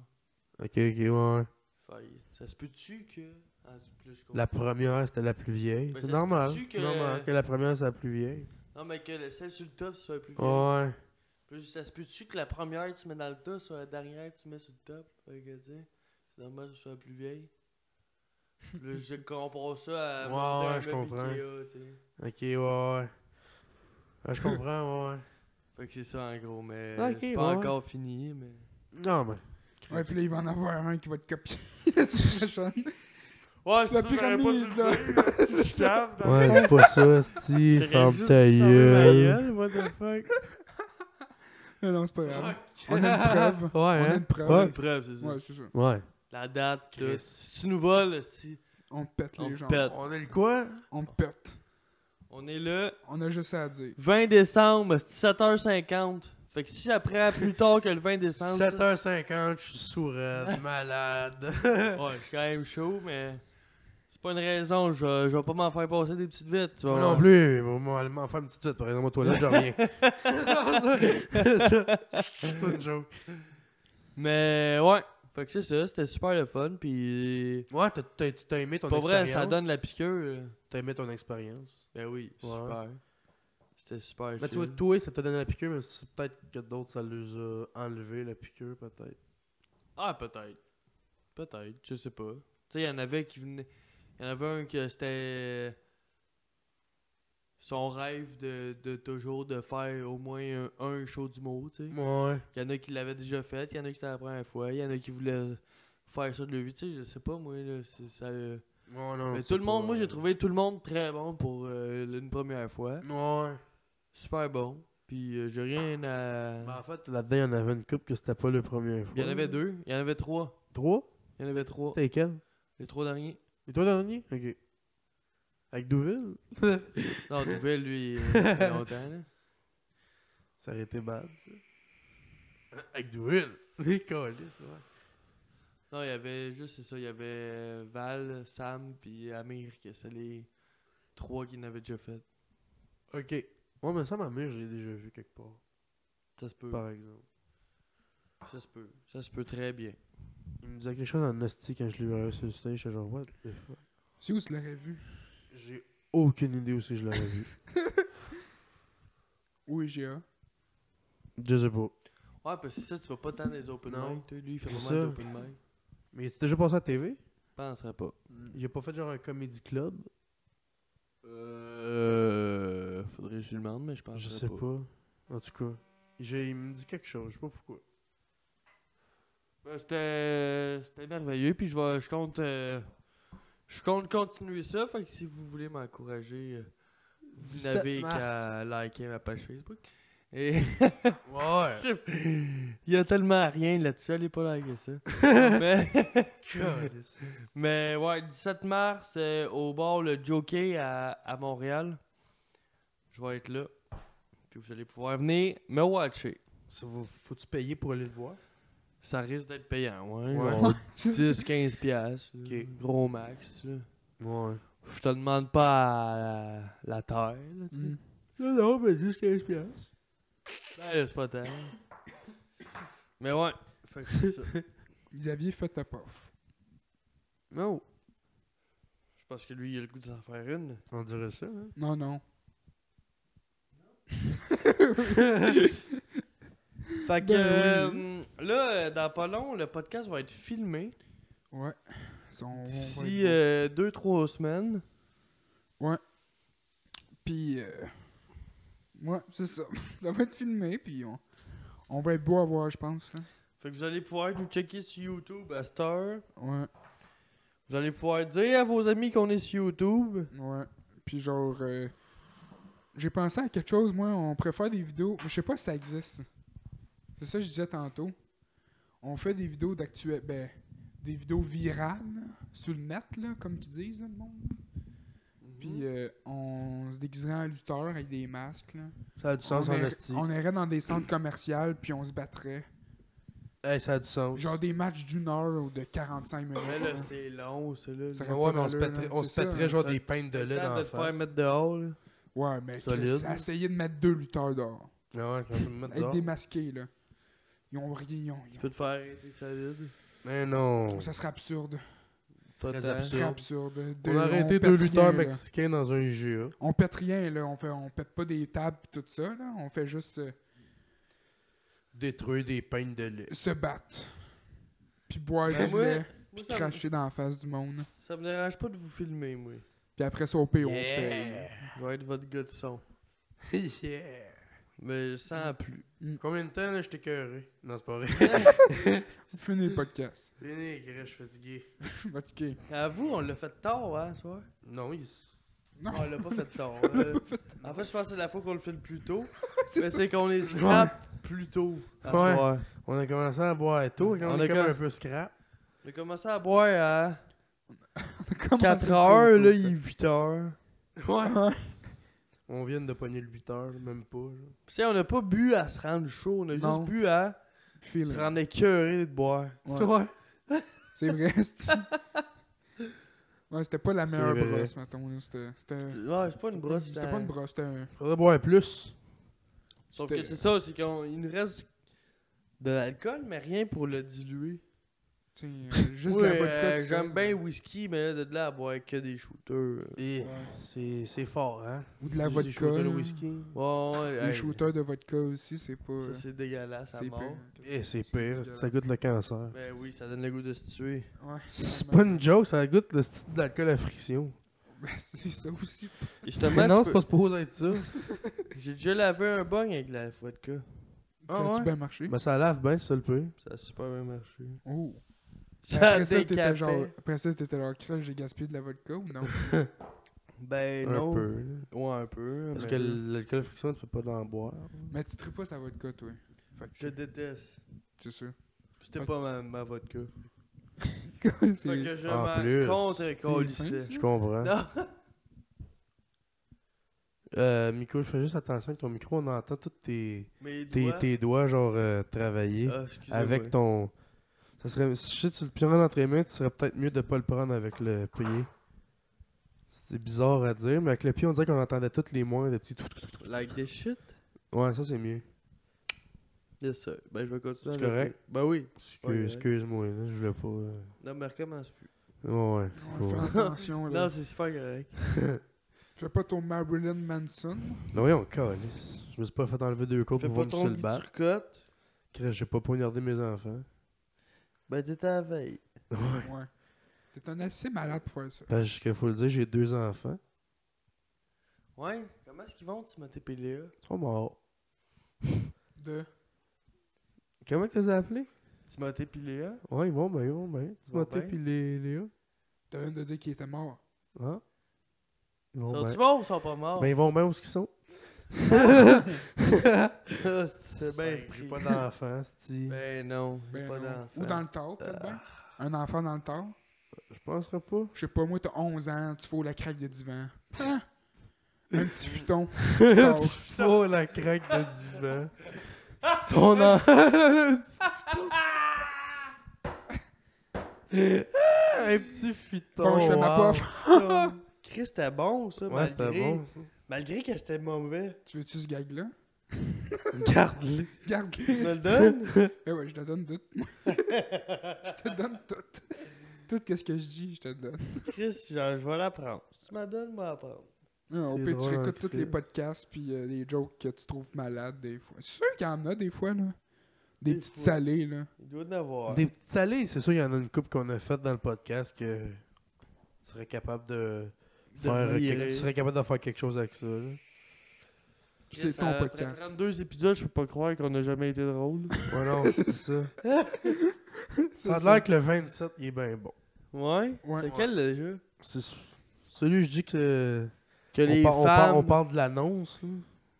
C: Ok, ok, ouais.
A: Fait, ça se peut-tu que. Ah, tu- puis là, je
C: La
A: comprends.
C: première, c'était la plus vieille.
A: Ben,
C: C'est
A: ça se
C: normal.
A: peut-tu que-
C: Que... normal que la première, c'est la plus vieille.
A: Non, mais que le- celle sur le top soit la plus vieille.
C: Ouais.
A: Puis là, j'ai dit, ça se peut-tu que la première tu mets dans le top, soit la dernière tu mets sur le top. Fait que, tu sais, c'est normal que ce soit la plus vieille. Puis là, je compare ça à.
C: Ouais,
A: monter un
C: ouais, je
A: meuble
C: comprends.
A: Ikea, tu sais.
C: Ok, ouais, ouais. Ouais, je comprends, ouais.
A: Fait que c'est ça en gros, mais
C: Ah, Ok,
A: c'est pas
C: ouais.
A: encore fini, mais.
C: Non, mais.
B: Ouais, puis là, il va en avoir un qui va te copier la semaine prochaine.
A: Ouais, c'est ça, j'aurais
B: La
A: pas dû
B: pyramide, là.
A: le dire, là, si je savais, dans-
C: Ouais, dis pas ça, Steve.
A: J'aurais
C: Ferme
A: juste
C: ta
A: fermé ma
C: gueule.
A: gueule, What the fuck?
B: Mais non, c'est pas grave. On a une preuve.
C: Ouais,
B: On a
C: hein?
B: une preuve.
A: Ouais.
C: Ouais.
A: Une preuve, c'est ça.
B: Ouais, c'est ça.
C: Ouais.
A: La date, là,
C: Chris.
A: si tu nous voles, si
B: On pète
A: on
B: les
A: te
B: gens.
A: pète.
C: On a le quoi?
B: On pète.
A: On est là,
B: On a juste ça à dire.
A: 20 décembre, 7h50. Fait que si j'apprends plus tard que le 20 décembre... ça-
C: 7h50, je suis sourde, malade.
A: Ouais, je suis quand même chaud, mais... C'est pas une raison, je, je vais pas m'en faire passer des petites vites, tu vois.
C: Moi non plus, moi, moi, aller m'en faire une petite suite, par exemple, aux toilettes, je reviens. C'est pas une joke.
A: Mais ouais, fait que c'est ça, c'était super le fun, puis...
C: Ouais, t'as- t'as- tu t'as aimé ton
A: Pas
C: expérience.
A: vrai, ça donne la piqûre. euh.
C: T'as aimé ton expérience.
A: Ben oui,
C: Ouais.
A: super. C'était super
C: Mais Ben, tu
A: chill.
C: vois, toi, ça t'a donné la piqûre, mais c'est peut-être que d'autres, ça les a enlevé la piqûre, peut-être.
A: Ah, peut-être. Peut-être, je sais pas. Tu sais, il y en avait qui venaient. Il y en avait un que c'était. Son rêve de, de toujours de faire au moins un, un show du mot, tu sais.
C: Ouais.
A: Il y en a qui l'avaient déjà fait, il y en a qui c'était la première fois, il y en a qui voulaient faire ça de le vie, tu sais, je sais pas, moi, là, c'est ça. euh,
C: Ouais, non.
A: Mais
C: c'est
A: tout le monde,
C: pas- euh,
A: moi, j'ai trouvé tout le monde très bon pour euh, une première fois.
C: Ouais.
A: Super bon. Puis euh, j'ai rien à.
C: Ben, en fait, là-dedans, il y en avait une coupe que c'était pas le premier.
A: Il y en avait deux, il y en avait trois.
C: Trois
A: Il y en avait trois.
C: C'était quel
A: Les trois derniers.
C: Et toi, dernier Ok. Avec Douville
A: Non, Nouvelle, lui, il est longtemps. là.
C: Ça aurait été bad. ça. Avec Douville Les câlisses, ouais.
A: Non, il y avait juste, c'est ça, il y avait euh, Val, Sam, puis Amir, que c'est les trois qui n'avaient déjà fait.
C: Ok. Ouais, mais ça, ma mère, je l'ai déjà vu quelque part,
A: Ça se peut,
C: par exemple.
A: ça se peut, ça se peut très bien.
C: Il me disait quelque chose en hostie quand je l'ai vu sur le stage. J'étais genre, what the fuck?
B: C'est où tu l'aurais vu?
C: J'ai aucune idée où c'est que je l'aurais vu.
B: Au E IGA.
C: Je sais pas.
A: Ouais, parce que ça, tu vas pas tant des open
C: Non.
A: mic, toi. Lui, il fait
C: C'est
A: vraiment des
C: ça.
A: open mic.
C: Mais tu déjà passé à la TV
A: Je penserais pas.
C: Il a pas fait genre un comedy club
A: Euh. Faudrait que je lui demande, mais je penserais
C: Je sais pas. En tout cas, j'ai- il me dit quelque chose. Je sais pas pourquoi.
A: Ben, c'était c'était merveilleux puis je vais je compte euh, je compte continuer ça fait que si vous voulez m'encourager euh, vous
C: 17
A: n'avez
C: mars.
A: qu'à liker ma page Facebook et
C: Ouais.
A: il y a tellement rien là-dessus allez pas liker ça mais, mais ouais 17 mars euh, au bord le Jockey à, à Montréal je vais être là puis vous allez pouvoir venir me watcher
C: Ça va- Faut-tu payer pour aller le voir
A: ça risque d'être payant ouais,
C: Ouais.
A: genre 10-15 piastres, là,
C: Ok.
A: gros max. là.
C: Ouais.
A: Je te demande pas à la, la terre, là, tu sais.
B: Mm.
C: Non, non, mais juste 15 piastres.
A: Ben, là, c'est pas terre. Mais ouais, fait que c'est ça.
B: Xavier, fais ta pof.
A: Oh.
C: Non.
A: Je pense que lui, il a le goût de s'en faire une.
C: On dirait ça,
A: Mm.
C: hein?
B: Non, non.
A: Fait que
B: Ben
A: euh, là, euh, dans pas long, le podcast va être filmé
B: Ouais. Ça, on- on va
A: d'ici
B: être-
A: 2-3 semaines.
B: Puis, euh, ouais, c'est ça. On va être filmé, puis on, on va être beau à voir, je pense. là.
A: Fait que vous allez pouvoir nous checker sur YouTube à cette heure.
B: Ouais,
A: Vous allez pouvoir dire à vos amis qu'on est sur YouTube.
B: ouais. Puis genre, euh, j'ai pensé à quelque chose, moi, on pourrait faire des vidéos. Je sais pas si ça existe. C'est ça que je disais tantôt. On fait des vidéos d'actuel... Ben, des vidéos virales, là, sur le net, là, comme qu'ils disent, là, le monde.
A: Mm-hmm.
C: Mhm.
B: Puis euh, on se déguiserait en lutteur avec des masques, là.
C: Ça a du sens
B: on,
C: en
B: irait-
C: esti.
B: on irait dans des centres commerciaux, puis on se battrait.
C: Hey, ça a du sens.
B: Genre des matchs d'une heure ou de 45 minutes.
A: euh, Mais là,
B: là.
A: c'est long, c'est là.
B: Ça
A: là.
B: aurait
C: Ouais,
B: pas
C: mais on se
B: d'allure,
C: pèterait,
B: là,
C: on
B: c'est
C: se
B: ça,
C: pèterait
B: hein.
C: genre des peintes de lait
A: Le temps
C: dans
A: de
C: la
A: te faire
C: face.
A: mettre dehors, là.
B: Ouais, mais
C: Solide.
B: Chris, essayez de mettre deux lutteurs dehors.
C: Ah Ouais, quand tu me mets
B: Être
C: dehors.
B: démasqués, là. Ils ont rien, ils ont
A: Tu
B: rien.
A: peux te faire arrêter solide.
C: Mais non.
B: Oh, Ça serait absurde.
A: Pas
C: Très
A: tant.
C: absurde.
B: Très absurde. Deux-
C: On a arrêté
B: pète
C: deux
B: rien, là.
C: lutteurs mexicains dans un IGA.
B: On pète rien, là. On, fait, on pète pas des tables pis tout ça, là. On fait juste euh,
C: Détruire des peintes de lait.
B: se battre. Puis boire
A: Ben
B: du
A: moi-
B: lait.
A: Moi,
B: Puis
A: ça me-
B: cracher dans la face du monde.
A: Ça me dérange pas de vous filmer, moi.
B: Puis après ça, au paye, on paye.
A: Je vais être votre gars de son.
C: yeah.
A: Mais
B: Mm.
A: sans plus.
C: Combien de temps, là, j'étais cœuré? Non, c'est pas vrai.
B: Finis le podcast.
C: Fini, Chris, je suis fatigué.
B: Fatigué.
A: Avoue, on l'a fait tard, hein, ce soir.
C: Non, il... s-
B: Non.
A: On l'a pas fait tard. euh. En fait, je pense que c'est la fois qu'on le fait le plus tôt.
B: C'est
A: mais c'est qu'on les scrape plus tôt. à ce
C: Ouais.
A: soir.
C: On a commencé à boire tôt, quand on,
A: On
C: est
A: a
C: comme
A: quand-
C: un peu scrap.
A: On a commencé à boire à
B: Comment
A: 4
B: c'est
A: heures,
B: tôt,
A: là,
B: tôt,
A: il est 8 heures.
C: Ouais. On vient de pogner le 8 heures, même pas. genre.
A: Tu sais, on n'a pas bu à se rendre chaud, on a
B: Non.
A: juste bu à
B: Feeling.
A: se rendre écœuré de boire.
B: Ouais. C'est vrai, c'est- Ouais, c'était pas la
C: C'est
B: meilleure
C: vrai.
B: brosse, mettons. là. C'était. C'était
A: Ouais, c'est pas une brosse.
B: C'était pas une brosse, c'était un.
C: Faudrait boire plus.
A: Sauf que
B: c'était-
A: c'est ça, c'est qu'il nous reste de l'alcool, mais rien pour le diluer.
B: tu sais, euh, Juste
A: Moi,
B: la vodka.
A: euh,
B: tout
A: J'aime
B: seul.
A: bien le whisky, mais là, de là à boire que des shooters. euh.
C: Et
B: Ouais.
C: c'est c'est fort, hein?
B: Ou de la
C: Juste des
B: vodka.
C: shooters de
B: là.
C: whisky.
A: Ouais, ouais,
B: Les
A: hey,
B: shooters de vodka aussi, c'est pas. euh,
A: Ça, c'est dégueulasse à
B: C'est
A: mort.
B: pas.
C: Et Eh, c'est
B: C'est
C: pire,
B: dégueulasse.
C: ça goûte le cancer.
A: Ben oui, ça donne le goût de se tuer.
B: Ouais.
C: C'est pas une joke, ça goûte le style d'alcool à friction.
B: Ben, c'est ça aussi.
A: Et
C: Mais
A: Justement,
C: non,
A: tu
C: c'est
A: peux-
C: pas supposé être ça.
A: j'ai déjà lavé un bong avec la vodka.
C: Ah
B: ça a-tu
C: ouais? Ben,
B: bien marché?
C: Mais ça lave bien, c'est ça le pire.
A: Ça a super bien marché.
B: Oh.
A: Ça
B: après, ça, t'étais
A: décapait.
B: genre, après ça, t'étais genre, Chris, j'ai gaspillé de la vodka ou non?
A: Ben
C: un
A: non.
C: peu. là.
A: Ouais, un peu.
C: Parce
A: mais-
C: que l'alcool à friction, tu peux pas en boire.
B: Mais tu tripes pas sa vodka, toi. Fait
A: Je
B: que,
A: déteste.
B: c'est ça.
A: C'était
B: Ok.
A: pas ma, ma vodka. Fait
B: C'est-
A: que je
C: En Ah, plus.
A: m'en contre
B: C'est fin,
A: colissais.
C: Je comprends.
A: Non.
C: Euh, Miko, je fais juste attention avec ton micro, on entend tous tes,
A: Mes
C: tes,
A: doigts.
C: tes doigts genre euh, travailler
A: Ah, excusez-moi.
C: avec ton. Ça serait, si tu le prends entre les mains, tu serais peut-être mieux de pas le prendre avec le pied. C'est bizarre à dire, mais avec le pied, on dirait qu'on entendait tous les moins de petits. tout- tout- tout- tout.
A: Like des shit?
C: Ouais, ça c'est mieux.
A: Yes, sir. Ben, je vais continuer.
C: C'est
A: avec
C: correct?
A: eux. Ben oui.
C: Excuse-
A: Ouais, ouais.
C: Excuse-moi, là, je voulais pas. euh,
A: Non, mais recommence plus.
C: Ouais, ouais.
B: Ouais,
C: faut-
B: Fais attention, là.
A: Non, c'est super correct.
B: Fais pas ton Marilyn Manson.
C: Non, voyons, calisse. Je me suis pas fait enlever deux coups
A: Fais
C: pour
A: pas
C: voir
A: ton
C: me le
A: Guy
C: battre.
A: Turcotte.
C: Crèche, J'ai pas poignardé mes enfants.
A: Ben, t'étais à la veille.
C: Ouais.
B: Ouais. T'es un assez malade pour faire ça.
C: Parce qu'il faut le dire, j'ai deux enfants.
A: Ouais. Comment est-ce qu'ils vont, tu m'as TPLA?
C: Ils sont morts.
B: De.
C: Comment tu les as appelés?
A: Timothée pis Léa?
C: Ouais, ils vont bien, ils vont bien. Timothée
A: bien.
C: pis les Léa.
B: T'as viens de dire qu'il était mort.
C: Hein? Ils vont
A: Sont-ils
C: bien.
A: morts ou sont pas morts?
C: Ben, ils vont bien où ils sont.
A: Ah, c'est bien
C: Ben, J'ai
A: pris.
C: pas d'enfants, c'ti.
A: Ben non, j'ai
B: Ben
A: pas
B: non.
A: d'enfant. Ah.
B: Ou dans le tort, peut-être bien. Un enfant dans le tort.
C: Je penserais pas.
B: Je sais pas, moi, t'as 11 ans, tu fous la craque de divan. Ah! Un petit futon. qui sort.
C: Oh, la craque de divan. Ton enfant. Un petit futon.
B: Bon, je fais ma
C: wow.
B: pof.
A: Ah, Chris, c'était bon, ça,
C: Ouais,
A: malgré...
C: c'était bon.
A: Malgré que c'était mauvais.
B: Tu veux-tu ce gag-là?
C: Garde-le.
B: Garde
A: Tu me le donnes?
B: Eh ouais, je te donne tout. je te donne tout. Tout ce que je dis, je te donne.
A: Chris, genre, je vais l'apprendre. Si tu me la donnes, moi, l'apprendre.
B: Non, au
C: C'est
B: pire, tu
C: drôle,
B: réécoutes
C: hein,
B: tous les
C: Chris.
B: podcasts puis euh, les jokes que tu trouves malades des fois. C'est sûr qu'il y en a des fois, là. Des,
A: Des
B: petites
A: fois.
B: salées, là.
A: Il doit y en avoir.
C: Des petits salés, c'est sûr, il y en a une coupe qu'on a faite dans le podcast que tu serais capable de,
A: De
C: faire
A: virer.
C: quelque- tu serais capable de faire quelque chose avec ça. là.
A: Chris, euh,
B: C'est ton
A: après
B: podcast.
A: 32 épisodes, je peux pas croire qu'on a jamais été drôle.
C: Ouais, non, c'est ça.
B: C'est
C: Ça a l'air que le 27, il est bien bon.
A: Ouais?
B: Ouais.
A: c'est quel le jeu?
C: C'est s- celui je dis que
A: Que
C: on,
A: les
C: par- on par-
A: femmes...
C: on parle de l'annonce. là.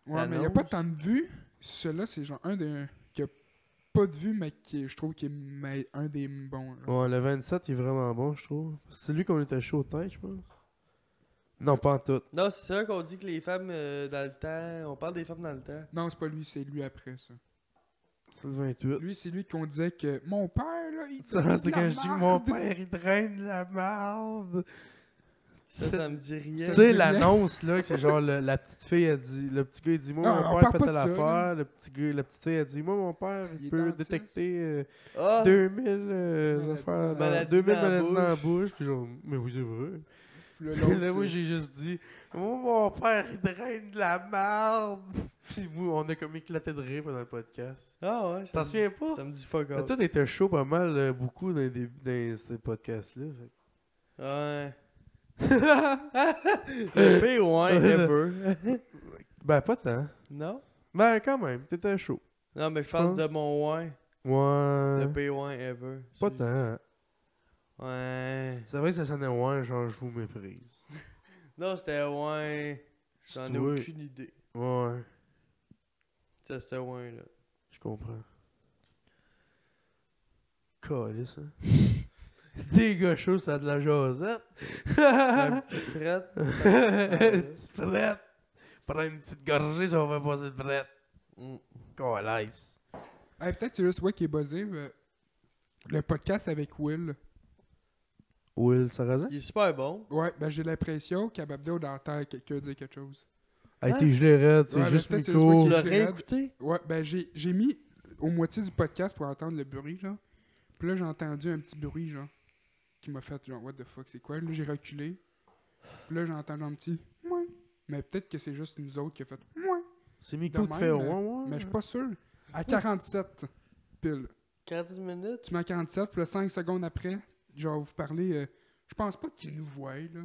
B: Ouais, mais il n'y a pas
A: l'annonce.
B: tant de vues. Celui-là, c'est genre un des. qui a pas de vues, mais qui est- je trouve qu'il est me- un des bons. là.
C: Ouais, le 27, il est vraiment bon, je trouve. C'est lui qu'on était chaud au tête, je pense. Non, pas en tout.
A: Non, c'est ça qu'on dit que les femmes euh, dans le temps... On parle des femmes dans le temps.
B: Non, c'est pas lui, c'est lui après ça.
C: C'est le 28.
B: Lui, c'est lui qu'on disait que mon père, là, il.
C: Ça,
B: traîne
C: c'est
B: de
C: quand
B: la
C: je dis que
B: merde.
C: mon père, il draine la merde.
A: Ça, ça me dit rien.
C: Tu
B: Ça me
C: sais,
B: dit
C: l'annonce, là, que c'est genre le- la petite fille a dit, le petit gars il dit, moi,
B: Non, on
C: mon
B: parle pas
C: père fait
B: de
C: telle
B: ça, là.
C: affaire. Le petit gars, la petite fille a dit, moi, mon père, il,
B: Il est
C: peut
B: dentiste.
C: détecter euh,
A: Ah!
C: 2000 euh,
B: Maladies
C: affaires
B: dans-
C: dans-
A: Maladies
C: 2000
A: dans la
C: maladies dans la
A: bouche.
C: bouche. Puis genre, mais oui, c'est vrai.
B: Puis là,
C: Puis là, moi,
B: l'autre,
C: j'ai juste dit, moi, mon père, il draine de la merde. Puis moi, on a comme éclaté de rire pendant le podcast.
A: Ah ouais, ça
C: T'en
A: me dit-
C: souviens pas?
A: Ça me dit fuck
C: Mais
A: off.
C: Toi, t'étais chaud pas mal, euh, beaucoup, dans, des, dans ces podcasts-là. fait que-
A: Ouais. Le pire, ouais, never.
C: Ben, pas tant.
A: Non?
C: Ben, quand même, t'étais chaud.
A: Non, mais je
C: Je
A: parle
C: pense.
A: de mon ouin,
C: Ouais.
A: le pire ouin ever.
C: Pas
A: Celui-
C: tant.
A: Ouais.
C: C'est vrai que ça sonnait ouais, genre, je vous méprise.
A: Non, c'était ouin. J'en ai
C: Ouais.
A: aucune idée.
C: Ouais,
A: C'était ce ouin-là.
C: je comprends. Calice, hein. Des gars chauds, ça a de la jasette.
A: La petite frette.
C: Petite frette. Prends une petite gorgée, ça va faire passer de frette.
A: Mm.
C: Calice.
B: Hey, peut-être que c'est juste moi qui est buzzé. mais Le podcast avec Will.
C: Will Sarrazin?
A: Il est super bon.
B: Ouais, ben j'ai l'impression qu'à Babdo, on entend quelqu'un dire quelque chose.
C: Hey,
A: Hein?
C: t'es gelé raide, c'est
B: Ouais, mais
C: juste
B: peut-être c'est
C: Nico.
A: Tu
B: juste
A: l'as
B: moi qui-
A: réécouté?
B: Ouais, ben j'ai, j'ai mis au moitié du podcast pour entendre le bruit, genre. Puis là, j'ai entendu un petit bruit, genre, qui m'a fait, genre, what the fuck, c'est quoi? Là, j'ai reculé. Puis là, j'ai entendu un petit. Mouin. Mais peut-être que c'est juste nous autres qui a fait. Mouin.
C: C'est Nico
B: De
C: qui fait
B: même,
C: ouais, ouais.
B: Mais je suis pas sûr. À 47, pile.
A: 40 minutes?
B: Tu mets à 47, puis là, 5 secondes après, genre, vous parlez. euh, je pense pas qu'ils nous voient, là.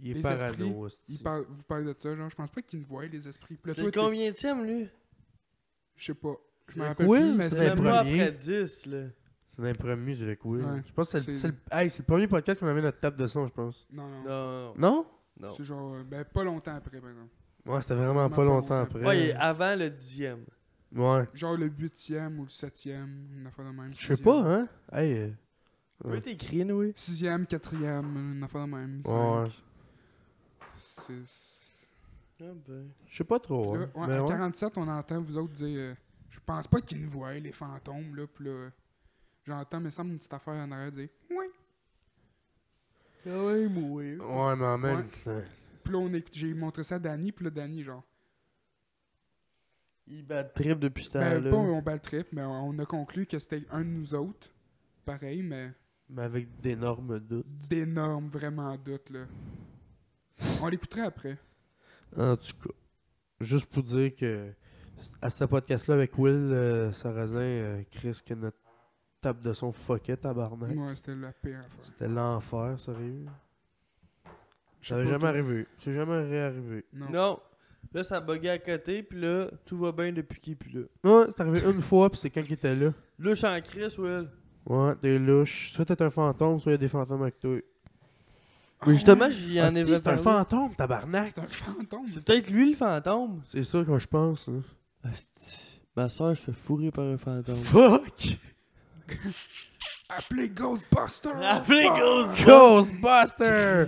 C: Il est
B: les
C: parano,
B: Ils
C: hostie.
B: parlent- vous parlez de ça, genre, je pense pas qu'ils nous voient, les esprits. Puis là,
A: C'est
B: toi, t'es-
A: combien tième, lui?
B: Je sais pas. Je me
A: Le
B: rappelle
C: quiz,
B: plus, mais
C: c'est
B: c'est.
A: C'est
C: le
A: moi
C: premier.
A: après 10, là.
C: C'est l'impromu du Rick Will.
B: Ouais.
C: Je pense que c'est le,
B: C'est-
C: c'est le- hey, c'est le premier podcast qu'on a mis notre table de son, je pense.
B: Non, non.
A: Non, non,
C: Non?
A: non.
B: C'est genre, euh, ben, pas longtemps après, par exemple.
C: Ouais, c'était vraiment
B: Vraiment
C: pas longtemps
B: pas
C: après.
B: longtemps.
A: Ouais, il est avant le dixième.
C: Ouais.
B: Genre le huitième ou le septième, une affaire de même.
C: Je sais
B: sixième.
C: pas, hein? Hey, euh,
A: Tu
C: Ouais.
A: peux t'écrire, oui.
B: Sixième, quatrième, une affaire de même.
C: Ouais.
B: Cinq, six.
A: Ah ben.
C: je sais pas trop.
B: Puis
C: hein.
B: là, ouais,
C: Mais
B: à
C: ouais.
B: 47, on entend vous autres dire euh, Je pense pas qu'ils nous voient, les fantômes, là. Puis là, euh, j'entends, me semble, une petite affaire en arrière dire Oui.
A: Ah ouais, mourir.
C: Ouais, mais en même
B: Ouais.
C: temps.
B: Puis là, on éc- j'ai montré ça à Danny, puis là, Danny, genre.
A: Il bat le trip depuis ce
B: Ben,
A: temps-là.
B: pas on bat le trip, mais on a conclu que c'était un de nous autres. Pareil, mais
C: Mais avec d'énormes doutes.
B: d'énormes, vraiment doutes, là. On l'écouterait après.
C: En tout cas, juste pour dire que à ce podcast-là avec Will euh, Sarrazin, euh, Chris, que notre table de son fuckait, tabarnak.
B: Moi, c'était la pire affaire.
C: C'était l'enfer, sérieux.
B: Je sais
C: Ça avait
B: pas,
C: jamais
B: toi.
C: arrivé. C'est jamais réarrivé.
B: Non.
A: Non. Là, ça buguait à côté, puis là, tout va bien depuis qu'il est plus là.
C: Ouais, c'est arrivé une fois, puis c'est quand qui était là.
A: Là, je suis en crise, Will.
C: Ouais, t'es louche. Soit t'es un fantôme, soit il y a des fantômes avec toi.
A: Mais justement, j'y en ai
C: Hostie, c'est un
A: parlé.
C: fantôme, tabarnak!
B: C'est un fantôme.
A: C'est peut-être lui le fantôme.
C: C'est ça que je pense. là.
A: Asti. Ma soeur, je fais fourrer par un fantôme.
C: Fuck!
B: Appelez Ghostbusters!
A: Appelez
B: Fuck!
A: Ghost-
C: Ghostbuster!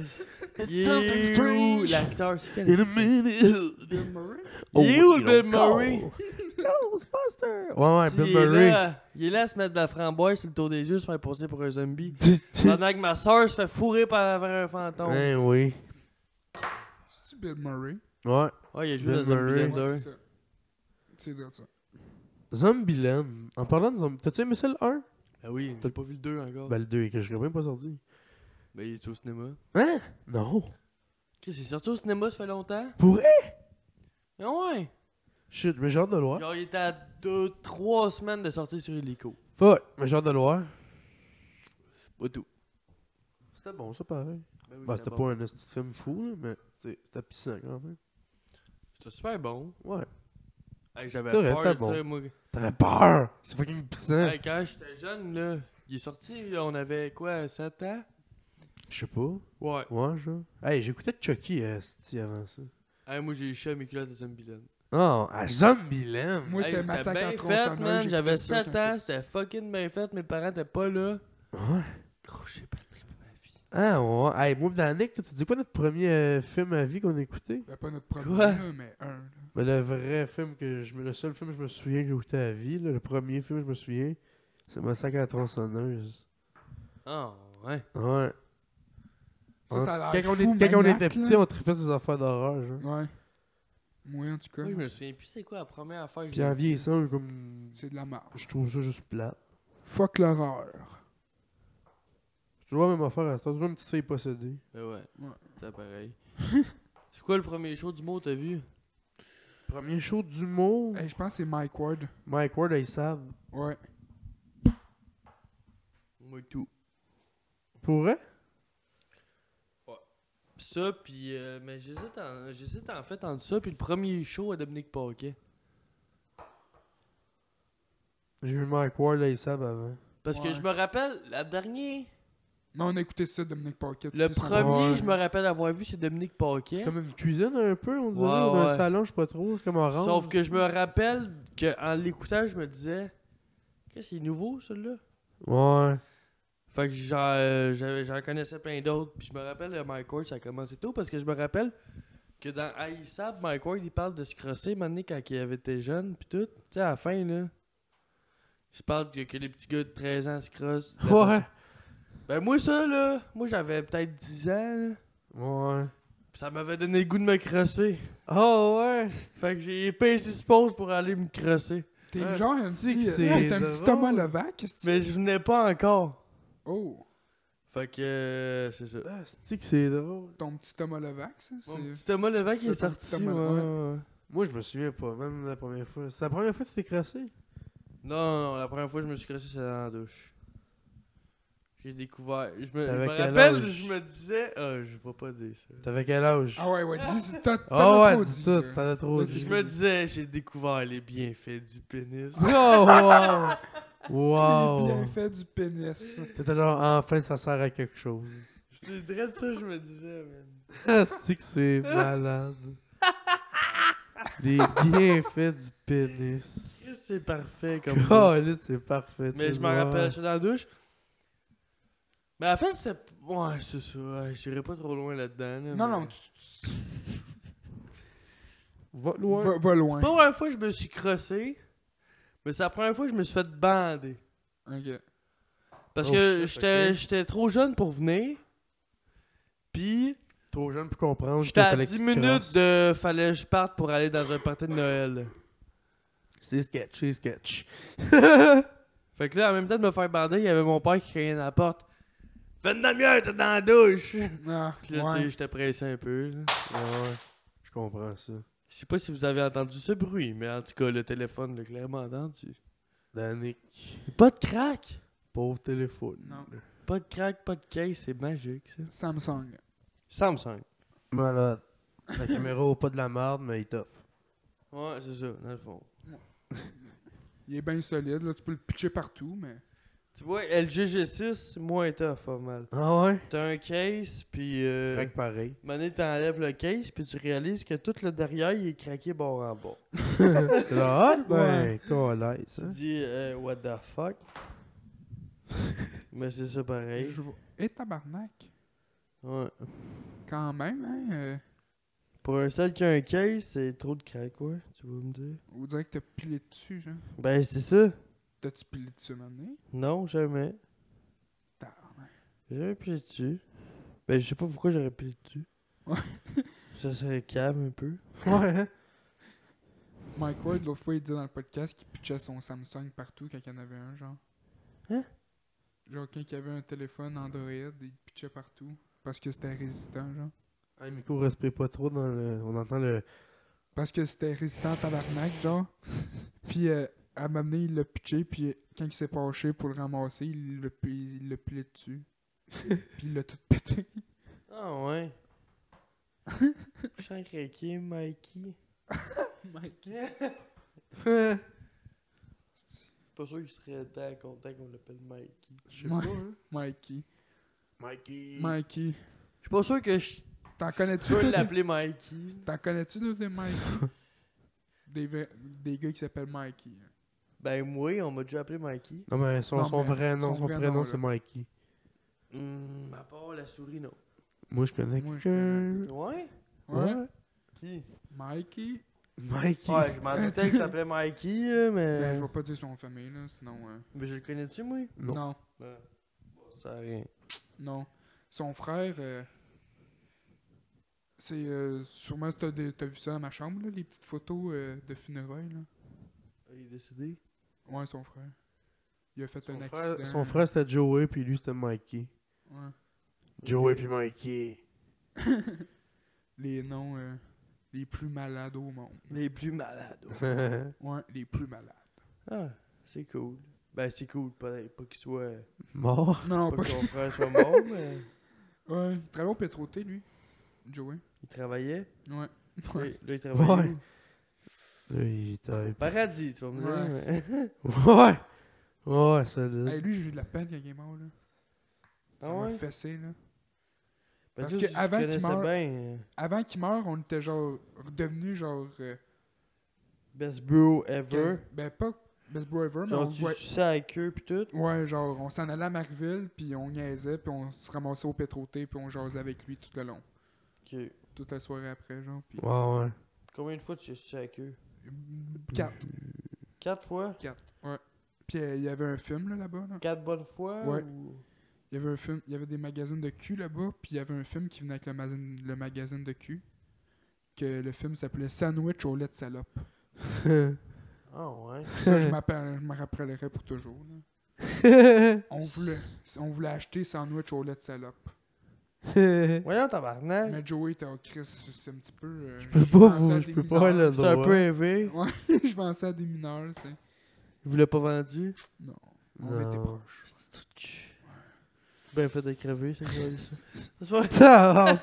A: Il est où l'acteur? C'est quel
C: In a
A: acteur?
C: minute!
B: Bill Murray?
A: Il est où, le
C: little
A: Bill Murray?
C: Oh, call. Ghostbuster! Ouais, ouais, Ben
A: Il
C: Bill
A: est
C: Murray.
A: là- Il est là à se mettre de la framboise sur le tour des yeux, se faire passer pour un zombie.
C: Tu- tu-
A: Pendant que ma soeur se fait fourrer par par un fantôme.
C: Hein, oui.
B: C'est-tu Bill Murray?
C: Ouais.
A: Ouais, il a joué
C: Bill
A: dans Zombie
C: Murray.
B: Ouais,
A: Leader.
B: c'est ça. C'est vrai, ça.
C: Zombieland. En parlant de Zombieland, t'as-tu aimé ça le 1?
A: Ah oui, t'as pas vu le 2 encore.
C: Ben le 2, que je serais même pas sorti.
A: Ben, il est au cinéma.
C: Hein? Non.
A: Chris, il est sorti au cinéma, ça fait longtemps.
C: Pour vrai?
A: Mais ouais.
C: Shit, mais genre de Loire.
A: Genre, il était à 2-3 semaines de sortir sur Helico.
C: Fuck, mais genre de Loire.
A: Pas tout.
C: C'était bon, ça, pareil.
A: Ben oui,
C: Bah, c'était pas un petit film fou, là, mais t'sais, c'était pissant quand même.
A: C'était super bon.
C: Ouais.
A: Hey, J'avais
C: C'est vrai,
A: peur,
C: c'était
A: tu sais,
C: bon.
A: moi.
C: T'avais peur! C'est fucking pissant!
A: Hey, quand j'étais jeune, là, il est sorti, là, on avait quoi, 7 ans?
C: Je sais pas.
A: Ouais.
C: Ouais, genre. Hey, j'écoutais Chucky euh, c'ti, avant ça.
A: Hey, moi, j'ai échoué à mes culottes de Zombieland.
C: Oh, à Zombieland!
B: Moi,
A: Hey,
B: j'étais massacre
A: bien
B: en
A: fait,
B: tronçonneuse,
A: man.
B: j'ai
A: J'avais
B: écouté ça
A: 7
B: quand
A: ans, c'était fucking bien fait. Mes parents étaient pas là.
C: Ouais.
A: Gros, j'ai pas trippé ma vie.
C: Ah, ouais. Hey, moi, pis Danick, toi, tu dis quoi notre premier euh, film à vie qu'on a écouté?
B: Ben, pas notre premier,
A: Quoi?
B: là, mais un. là.
C: Ben, le vrai film que je. Le seul film que je me souviens que j'ai écouté à vie, là, le premier film que je me souviens, c'est Massacre à la tronçonneuse.
A: Ah, ouais.
C: Ouais.
B: Ça,
C: Ouais.
B: ça a l'air
C: Quand, on,
B: fou,
C: est- quand on
B: maniaque,
C: était
B: là.
C: petit, on trippait ces affaires d'horreur, genre.
B: Ouais. Moi, en tout cas,
A: Moi, je me souviens plus c'est quoi la première affaire que
C: Puis en vieillissant, j'ai comme.
B: c'est de la merde.
C: Je trouve ça juste plate.
B: Fuck l'horreur.
C: C'est toujours la même affaire à ça. Toujours une petite fille possédée.
A: Ben ouais.
B: Ouais.
A: C'est pareil. c'est quoi le premier show du mot t'as vu?
C: Premier show d'humour.
B: Hey, je pense que c'est Mike Ward.
C: Mike Ward, ils savent.
B: Ouais.
A: Moi, tout.
C: Pour vrai?
A: Ça, puis... euh, mais j'hésite en, j'hésite en fait entre ça puis le premier show à Dominique Paquet.
C: J'ai vu Mike Ward et Sab avant.
A: Parce que
B: Ouais.
A: je me rappelle, la dernière.
B: Mais on a écouté ça, Dominique Pocket.
A: Le
B: c'est son-
A: premier,
C: Ouais.
A: je me rappelle avoir vu, c'est Dominique Paquet.
C: C'est comme une cuisine un peu, on dirait,
A: Ouais,
C: ou dans
A: ouais.
C: un salon, je sais pas trop, c'est comme orange.
A: Sauf que je me rappelle qu'en l'écoutant, je me disais, qu'est-ce c'est nouveau, celui-là?
C: Ouais.
A: Fait que j'en, euh, j'avais- j'en connaissais plein d'autres. Puis je me rappelle, euh, Mike Ward, ça a commencé tôt parce que je me rappelle que dans Aïssab, Mike Ward, il parle de se crosser, un moment donné, quand il avait été jeune, puis tout. Tu sais, à la fin, là. Il parle que, que les petits gars de 13 ans se crossent.
C: Ouais.
A: Ben, moi, ça, là, moi, j'avais peut-être 10 ans, là.
C: Ouais.
A: Puis ça m'avait donné le goût de me crosser. Ah,
C: Oh ouais!
A: Fait que j'ai épaissé ce pause pour aller me crosser.
B: T'es
C: Ah,
B: genre un
C: c'est-tu
B: petit.
C: que
B: euh,
C: c'est
B: T'es un petit
C: drôle.
B: Thomas Levac. qu'est-ce que tu-
A: Mais je venais pas encore.
B: Oh,
A: Fait que, euh, c'est ça.
C: Ah, c'est que c'est drôle.
B: ton petit Thomas Levac, ça.
A: Mon
B: c'est-
A: petit Thomas Levac
B: Tu
A: il est
B: fais ton petit
A: sorti,
B: Thomas
A: ouais.
B: Levac.
A: ouais, ouais.
C: Moi, je me souviens pas, même la première fois. C'est la première fois que tu t'es crassé?
A: Non, non, non, la première fois que je me suis cressé, c'était dans la douche. J'ai découvert. Je me, je
C: T'avais
A: me
C: quel
A: rappelle,
C: âge?
A: je me disais. Ah, je vais pas dire ça.
C: T'avais quel âge?
B: Ah ouais, ouais, dis. T'as t'en
C: Ah
B: as trop
C: ouais,
B: dit,
C: dis tout,
B: là.
C: t'en as trop
B: Mais
C: dit.
A: hein. Je me disais, j'ai découvert les bienfaits du pénis.
C: Oh wow!
B: Les
C: wow!
B: bienfaits du pénis.
C: T'étais genre, ah, enfin, ça sert à quelque chose.
A: C'est vrai de ça, je me disais, man.
C: Ah, c'est que c'est malade. Les bienfaits du pénis.
A: Christ, C'est parfait comme.
C: Oh, là, c'est parfait. tu
A: Mais
C: vas
A: je
C: dire,
A: m'en rappelle,
C: ouais.
A: je suis dans la douche. Mais en fait, c'est. Ouais, c'est ça. ouais, J'irai pas trop loin là-dedans. là, mais-
B: Non, non, tu, tu-
C: Va loin.
B: va, va
A: C'est
B: loin.
A: pas la première fois que je me suis crossé, mais c'est la première fois que je me suis fait bander.
B: Ok.
A: Parce
C: Oh
A: que
C: shit,
A: j'étais
C: ok.
A: j'étais trop jeune pour venir. Puis
C: Trop jeune pour comprendre.
A: j'étais
C: qu'il
A: à
C: fallait que
A: 10
C: tu te
A: minutes
C: crosses.
A: de fallait que je parte pour aller dans un party de Noël.
C: C'est sketch, c'est sketch.
A: Fait que là, en même temps de me faire bander, il y avait mon père qui criait à la porte. Fais une demi-heure, t'es dans la douche!
B: Ah,
A: Puis là, tu sais,
B: ouais.
A: j'étais pressé un peu. là.
C: Ouais, je comprends ça.
A: Je sais pas si vous avez entendu ce bruit, mais en tout cas, le téléphone l'a clairement entendu.
C: Danick,
A: Pas de crack!
C: pauvre téléphone.
B: Non.
A: Pas de crack, pas de case, c'est magique ça.
B: Samsung.
A: Samsung.
C: Malade. La caméra au pas de la merde, mais il t'offre.
A: Ouais, c'est ça, dans le fond.
B: Il est bien solide, là. Tu peux le pitcher partout, mais.
A: Tu vois, LG G6, c'est moins tough, pas mal.
C: Ah ouais?
A: T'as un case, puis. Euh,
C: Crac pareil.
A: Mané, t'enlèves le case, puis tu réalises que tout le derrière, il est craqué bord en bord.
C: Là, ah, ben,
B: Ouais.
C: colasse,
A: Tu
C: hein.
A: dis, euh, what the fuck? Mais c'est ça pareil.
B: Je vois- Et tabarnak.
A: Ouais.
B: Quand même, hein. euh,
A: Pour un seul qui a un case, c'est trop de crack, ouais, tu vas me dire.
B: on dirait que t'as pilé dessus, genre.
A: Ben, c'est ça.
B: T'as-tu pilé dessus, maintenant?
A: Non, jamais.
B: Tabarnak.
A: J'ai Jamais pilé dessus. Ben, je sais pas pourquoi j'aurais pilé dessus.
B: Ouais.
A: ça serait calme un peu.
C: Ouais, hein?
B: Mike Ward, l'autre fois, il disait dans le podcast qu'il pitchait son Samsung partout quand il y en avait un, genre.
A: Hein?
B: Genre, quand il y avait un téléphone Android, il pitchait partout. Parce que c'était résistant, genre.
C: Ah, le micro respire pas trop dans le. On entend le.
B: Parce que c'était résistant à tabarnak, genre. puis euh, à m'amener, il l'a pitché, puis euh, quand il s'est penché pour le ramasser, il l'a pi- il l'a pilé dessus. puis il l'a tout pété.
A: Ah ouais. Chant craqué, Mikey. Pas sûr qu'il serait tant content qu'on l'appelle Mikey.
C: Je sais
B: Ouais.
C: pas, hein?
B: Mikey.
C: Mikey.
B: Mikey.
A: Je suis pas sûr que je
B: T'en connais-tu
A: peux
B: d'autres-
A: l'appeler Mikey.
B: T'en connais-tu d'autres des Mikey? des, vrais- des gars qui s'appellent Mikey. hein.
A: Ben moi, on m'a déjà appelé Mikey.
C: Non, mais son,
B: Non,
C: son
B: mais
C: vrai nom,
B: son
C: son
B: vrai
C: prénom,
B: nom,
C: c'est
B: là.
C: Mikey.
A: Hmm, à part la souris, non.
C: Moi, je connais
B: Moi, je
C: quelqu'un.
A: Ouais?
B: Ouais.
C: Ouais.
A: Qui?
B: Mikey.
C: Mikey.
A: Ouais, je m'en doutais qu'il s'appelait Mikey, là,
C: Euh.
A: mais...
B: Ben, je vais pas dire son famille, là, sinon. euh,
A: Mais je le connais-tu, moi?
C: Non.
B: Non.
A: Ben, bon, ça a rien.
B: Non. Son frère, euh, c'est euh, sûrement t'as, des- t'as vu ça dans ma chambre, là, les petites photos euh, de funérailles. Là.
A: Ah, Il est décédé.
B: Ouais, son frère. Il a fait
C: Son
B: un
C: frère-
B: accident.
C: Son frère, c'était Joey, puis lui, c'était Mikey.
B: Ouais.
C: Joey, puis Mikey.
B: Les noms euh, les plus malades au monde.
A: Les plus malades. ouais.
B: Ouais, les plus malades.
A: Ah, c'est cool. Ben c'est cool, pas, pas qu'il soit...
C: Mort.
B: Non, non,
A: Pas
B: pas.
A: que son frère soit mort, mais...
B: Ouais. Il travaille au Pétroté, lui. Joey.
A: Il travaillait.
B: Ouais.
A: Là,
B: Ouais.
A: là, il travaillait.
C: Ouais. Là, il tape.
A: Paradis, tu vas me dire. mais-
C: Ouais! Ouais, solide.
B: Euh. Hey, lui, j'ai eu de la peine quand il est mort, là. Ça
A: Ah
B: m'a
A: ouais?
B: fessé, là.
C: Ben,
B: parce
C: tu-
B: que
C: tu
B: avant qu'il
C: connaissais
B: meure-
C: bien, euh,
B: Avant qu'il meure, on était genre devenus genre. euh,
C: Best bro ever.
B: quasi- ben, pas Best Bro Ever, mais on
C: Genre,
B: le
C: tu
B: voit-
C: suçais à la queue pis tout.
B: Ouais, genre, on s'en allait à Marville, puis on niaisait, puis on se ramassait au pétroté, puis on jasait avec lui tout le long.
C: Ok.
B: Toute la soirée après, genre. Puis.
C: Ouais, ouais. Combien de fois tu as sucé à la queue
B: Quatre.
C: Quatre fois
B: Puis euh, il y avait un film, là, là-bas, là.
C: Quatre bonnes fois
B: Ouais.
C: ou-
B: Il y avait un film, il y avait des magazines de cul là-bas, puis il y avait un film qui venait avec le, magazine- le magazine de cul. Que le film s'appelait Sandwich au lait de salope.
C: Ah ouais.
B: Ça, je m'appelle- je me rappellerai pour toujours. là. On voulait, on voulait acheter Sandwich au lait de salope.
A: Voyons, tabarnak.
B: Mais Joey était en crise, c'est un petit peu. euh, je
C: peux pas
B: pensais
C: vous-
B: à
C: je
B: des
C: peux pas avoir
B: mineurs.
C: le
A: C'est un
C: droit.
A: peu élevé.
B: je pensais à des mineurs, c'est.
A: Il vous l'a pas vendu.
B: Non, on était
C: Non.
B: proches.
A: C'est tout cul. Ben fait de crever, c'est quoi ça? Ce soir-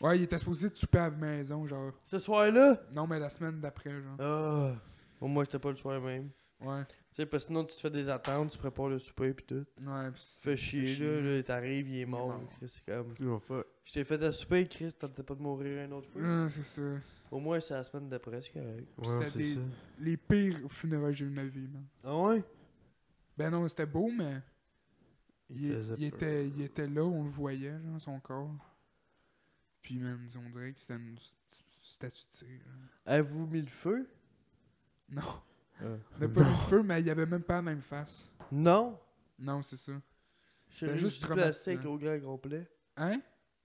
B: Ouais, il était supposé de souper à la maison, genre.
A: Ce soir-là?
B: Non, mais la semaine d'après, genre.
A: Ah. Bon, moi, j'étais pas le soir même.
B: Ouais,
A: Tu sais, parce que sinon, tu te fais des attentes, tu prépares le souper pis tout.
B: ouais, pis c'est-
A: Tu fais chier,
B: chier.
A: là, là t'arrives, il est mort.
B: mort.
A: Chris, C'est comme.
C: Non, fuck.
A: Je t'ai fait à souper, Chris, tentais pas de mourir une autre fois.
B: Ouais, c'est ça.
A: Au moins, c'est la semaine d'après, c'est correct.
B: Puis c'était
C: Ouais, c'est
B: des-
C: ça.
B: Les pires funérailles que j'ai eu de ma vie, man.
A: Ah ouais?
B: Ben non, c'était beau, mais.
C: Il
B: Il,
C: faisait
B: il
C: peur.
B: était, il était là, on le voyait, genre, son corps. Puis, man, on dirait que c'était une statue de cire, genre.
A: Avez-vous mis le feu?
B: Non.
A: Euh,
B: On n'a pas mis le feu, mais il avait même pas la même face.
A: Non!
B: Non, c'est ça. C'était
A: Chirurgie
B: juste
A: plastique
B: traumatisant.
A: au grand complet.
B: Hein?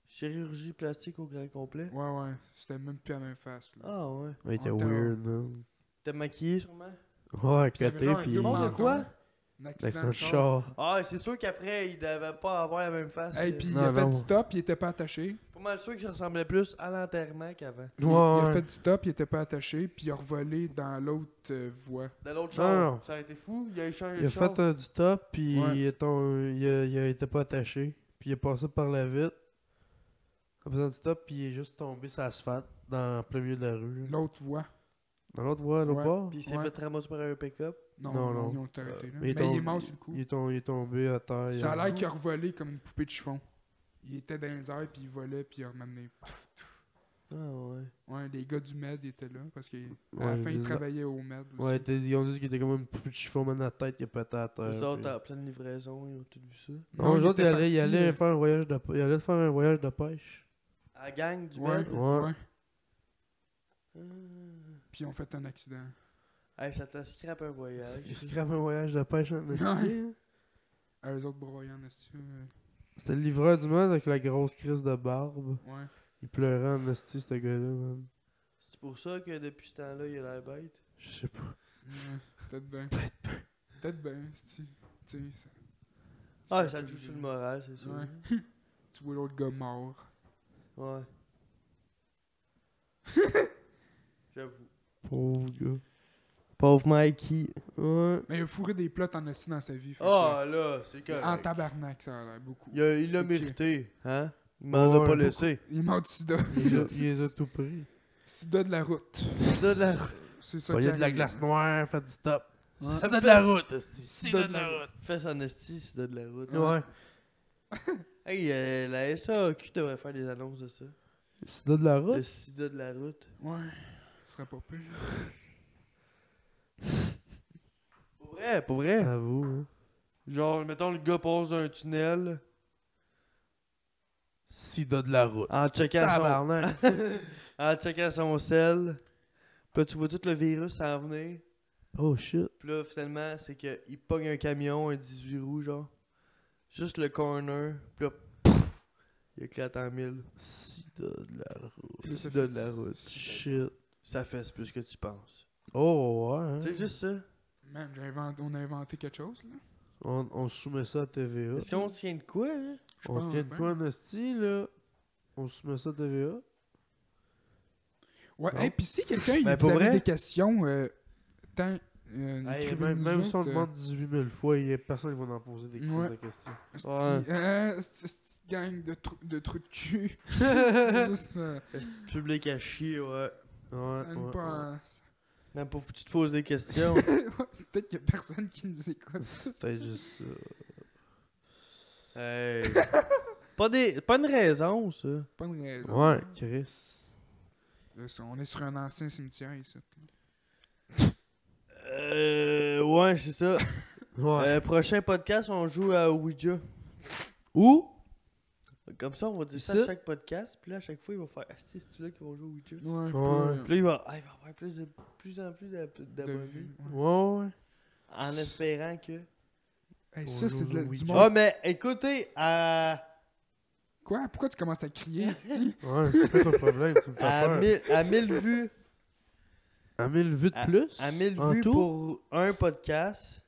A: Chirurgie plastique au grand complet.
B: Ouais, ouais. C'était même plus la même face, là.
A: Ah ouais.
C: Ouais, il était
B: On était là.
C: weird, man.
A: T'es maquillé sûrement?
C: Ouais,
B: Puis il y avait
C: côté
B: genre un
C: pis.
B: gros
A: Demande de
B: menton,
A: quoi?
B: là. Un
C: Avec
B: accident de
C: notre
B: char.
C: char.
A: Ah, c'est sûr qu'après, il devait pas avoir la même face.
B: Hey,
A: euh,
B: puis il
C: Non,
B: a fait
C: non.
B: du top, il était pas attaché.
A: Pas mal sûr que ça ressemblait plus à l'enterrement qu'avant.
B: Il,
C: Ouais,
B: il a
C: ouais.
B: fait du top, il était pas attaché, puis il a revolé dans l'autre euh, voie.
A: Dans l'autre
C: Non,
A: char,
C: non.
A: ça aurait été fou. Il a échangé
C: Il a
A: le char.
C: fait euh, du top pis
B: Ouais.
C: il, est ton- il, a, il a été pas attaché. Pis il est passé par la vitre. En faisant du top pis il est juste tombé sur l'asphalte dans le plein milieu de la rue. là.
B: L'autre voie.
C: Dans l'autre voie, l'autre
B: Ouais.
C: bord.
A: Puis il s'est
B: Ouais.
A: fait ramasser par un pick-up.
B: Non, non,
C: Non, non. Euh,
B: ils ont été arrêtés, là.
C: mais
B: Mais,
C: ils t'ont-
B: il est mort sur le coup.
C: Il est, tom- il est tombé à terre.
B: Ça a
C: il a-
B: l'air qu'il a revolé comme une poupée de chiffon. Il était dans les airs, puis il volait, puis il a ramené.
A: Ah ouais.
B: Ouais, les gars du Med étaient là, parce qu'à
C: Ouais,
B: la fin, ils
C: les-
B: travaillaient au Med. aussi.
C: Ouais, il était- ils ont dit qu'il était comme un plus de chiffon dans la tête, il a pété à terre.
A: Les
C: pis-
A: autres, en pleine livraison, ils ont tout vu ça.
C: Non, les
B: il
C: autres,
B: était
C: il allait, il
B: parti,
C: allait
B: euh,
C: faire un voyage de, il allait faire un voyage de pêche.
A: À la gang du
B: Ouais,
A: bed.
C: Ouais.
B: ouais.
A: Ah.
B: Puis ils ont fait un accident.
A: Hey, ça t'a scrapé un voyage.
C: Il scrape un voyage de pêche en esti, hein.
B: Ah, eux autres broyants, euh, est
C: C'était le livreur du monde avec la grosse crise de barbe.
B: Ouais.
C: Il pleurait en esti, ce gars-là, man.
A: C'est pour ça que depuis ce temps-là, il a l'air bête.
C: Je sais pas.
B: Ouais, Peut-être bien.
C: Peut-être pas.
B: Peut-être bien, si tu sais.
A: Ah, ça te joue sur le moral, c'est sûr.
B: Ouais. Tu vois l'autre gars mort.
A: Ouais. J'avoue.
C: Pauvre gars.
A: Pauvre Mikey.
C: Ouais.
B: Mais il a fourré des plots en esti dans sa vie. fait
A: Ah là, c'est
B: que- en
A: correct.
B: tabarnak, ça a l'air beaucoup.
A: Il a- il l'a
B: Ok.
A: mérité, hein? Il m'en a
C: Ouais,
A: pas
C: beaucoup.
A: laissé.
B: Il est mort du sida.
C: Il les a, il les a tout pris.
B: Sida de la route.
A: Ça de la route.
B: C'est ça.
C: Il y a
B: qui
C: de la
B: arrive.
C: glace noire, fait du top.
B: Ouais.
C: C'est de la route, esti.
B: Sida de la route.
A: Fais son esti, c'est de la route.
C: Ouais.
A: Hey, euh, la SAQ devrait faire des annonces de ça.
C: C'est de la
A: Le
C: route.
A: sida de la route.
B: Ouais. Ce serait pas pire.
A: Pour vrai, pour vrai.
C: À vous, hein.
A: Genre, mettons, le gars passe d'un tunnel
C: Sida de la route.
A: en checkant son,
C: Tabarnak.
A: en checkant son sel. Puis là, tu vois tout le virus s'en venir.
C: Oh shit.
A: Puis là, finalement, c'est qu'il pogne un camion, un 18 roues, genre. Juste le corner. Puis là, pouf, il éclate en mille.
C: Sida de la route.
B: C'est ça
A: Sida
B: fait-
A: de la route.
C: Shit.
A: Ça fesse plus que tu penses.
C: Oh ouais. hein.
A: C'est juste ça.
B: Man, j'ai inventé- on a inventé quelque chose, là.
C: On, on soumet ça à TVA.
A: Est-ce qu'on tient de quoi, hein?
B: Je
C: On
B: pense
C: tient de
B: bien.
C: quoi en hostie, là? On soumet ça à TVA?
B: Ouais,
C: Non.
B: hey, pis si quelqu'un, il
A: Ben,
B: vous
A: pour
B: avait
A: vrai.
B: des questions, euh, tant. Euh,
A: Hey,
B: écrivez-nous
C: Même, même si on
B: autres, euh,
C: demande 18 000 fois, il y a personne qui va en poser des crises
B: Ouais.
C: de questions.
B: esti,
A: Ouais.
B: euh, esti- esti gang de, trou de trous de cul. C'est juste, euh,
A: Est-ce que le Public à chier, ouais.
C: Ouais, ouais,
B: une
C: ouais.
B: pas-
A: Même pas foutu de poser des questions.
B: Peut-être qu'il y a personne qui nous écoute.
C: Peut-être juste ça. Hey.
A: pas, des, pas une raison, ça.
B: Pas une raison.
C: ouais, Chris.
B: Là, ça, on est sur un ancien cimetière ici.
A: Euh, ouais, c'est ça.
C: Ouais.
A: Euh, prochain podcast, on joue à Ouija.
C: Ou,
A: Comme ça, on va dire ça
C: Ça.
A: à chaque podcast. Puis là, à chaque fois, il va faire Ah, si, c'est là qui vont jouer à Ouija.
B: Ouais, un
C: Ouais.
A: Puis là, il va, ah, il va avoir plus, de, plus en plus d'ab-
B: peu, de
A: d'abonnés.
B: vue, ouais.
C: ouais, ouais.
A: En espérant que.
B: Hey,
C: Oh,
B: ça, c'est de la-
C: Louis.
B: du
A: Ah,
B: monde.
A: mais écoutez, à, Ah!
B: Quoi? Pourquoi tu commences à crier, ici?
C: Ouais, c'est pas ton problème, tu me fais
A: à,
C: peur.
A: 1000, à 1000 vues.
C: À 1000 vues de
A: À,
C: plus?
A: à 1000
C: en
A: vues
C: tout?
A: pour un podcast.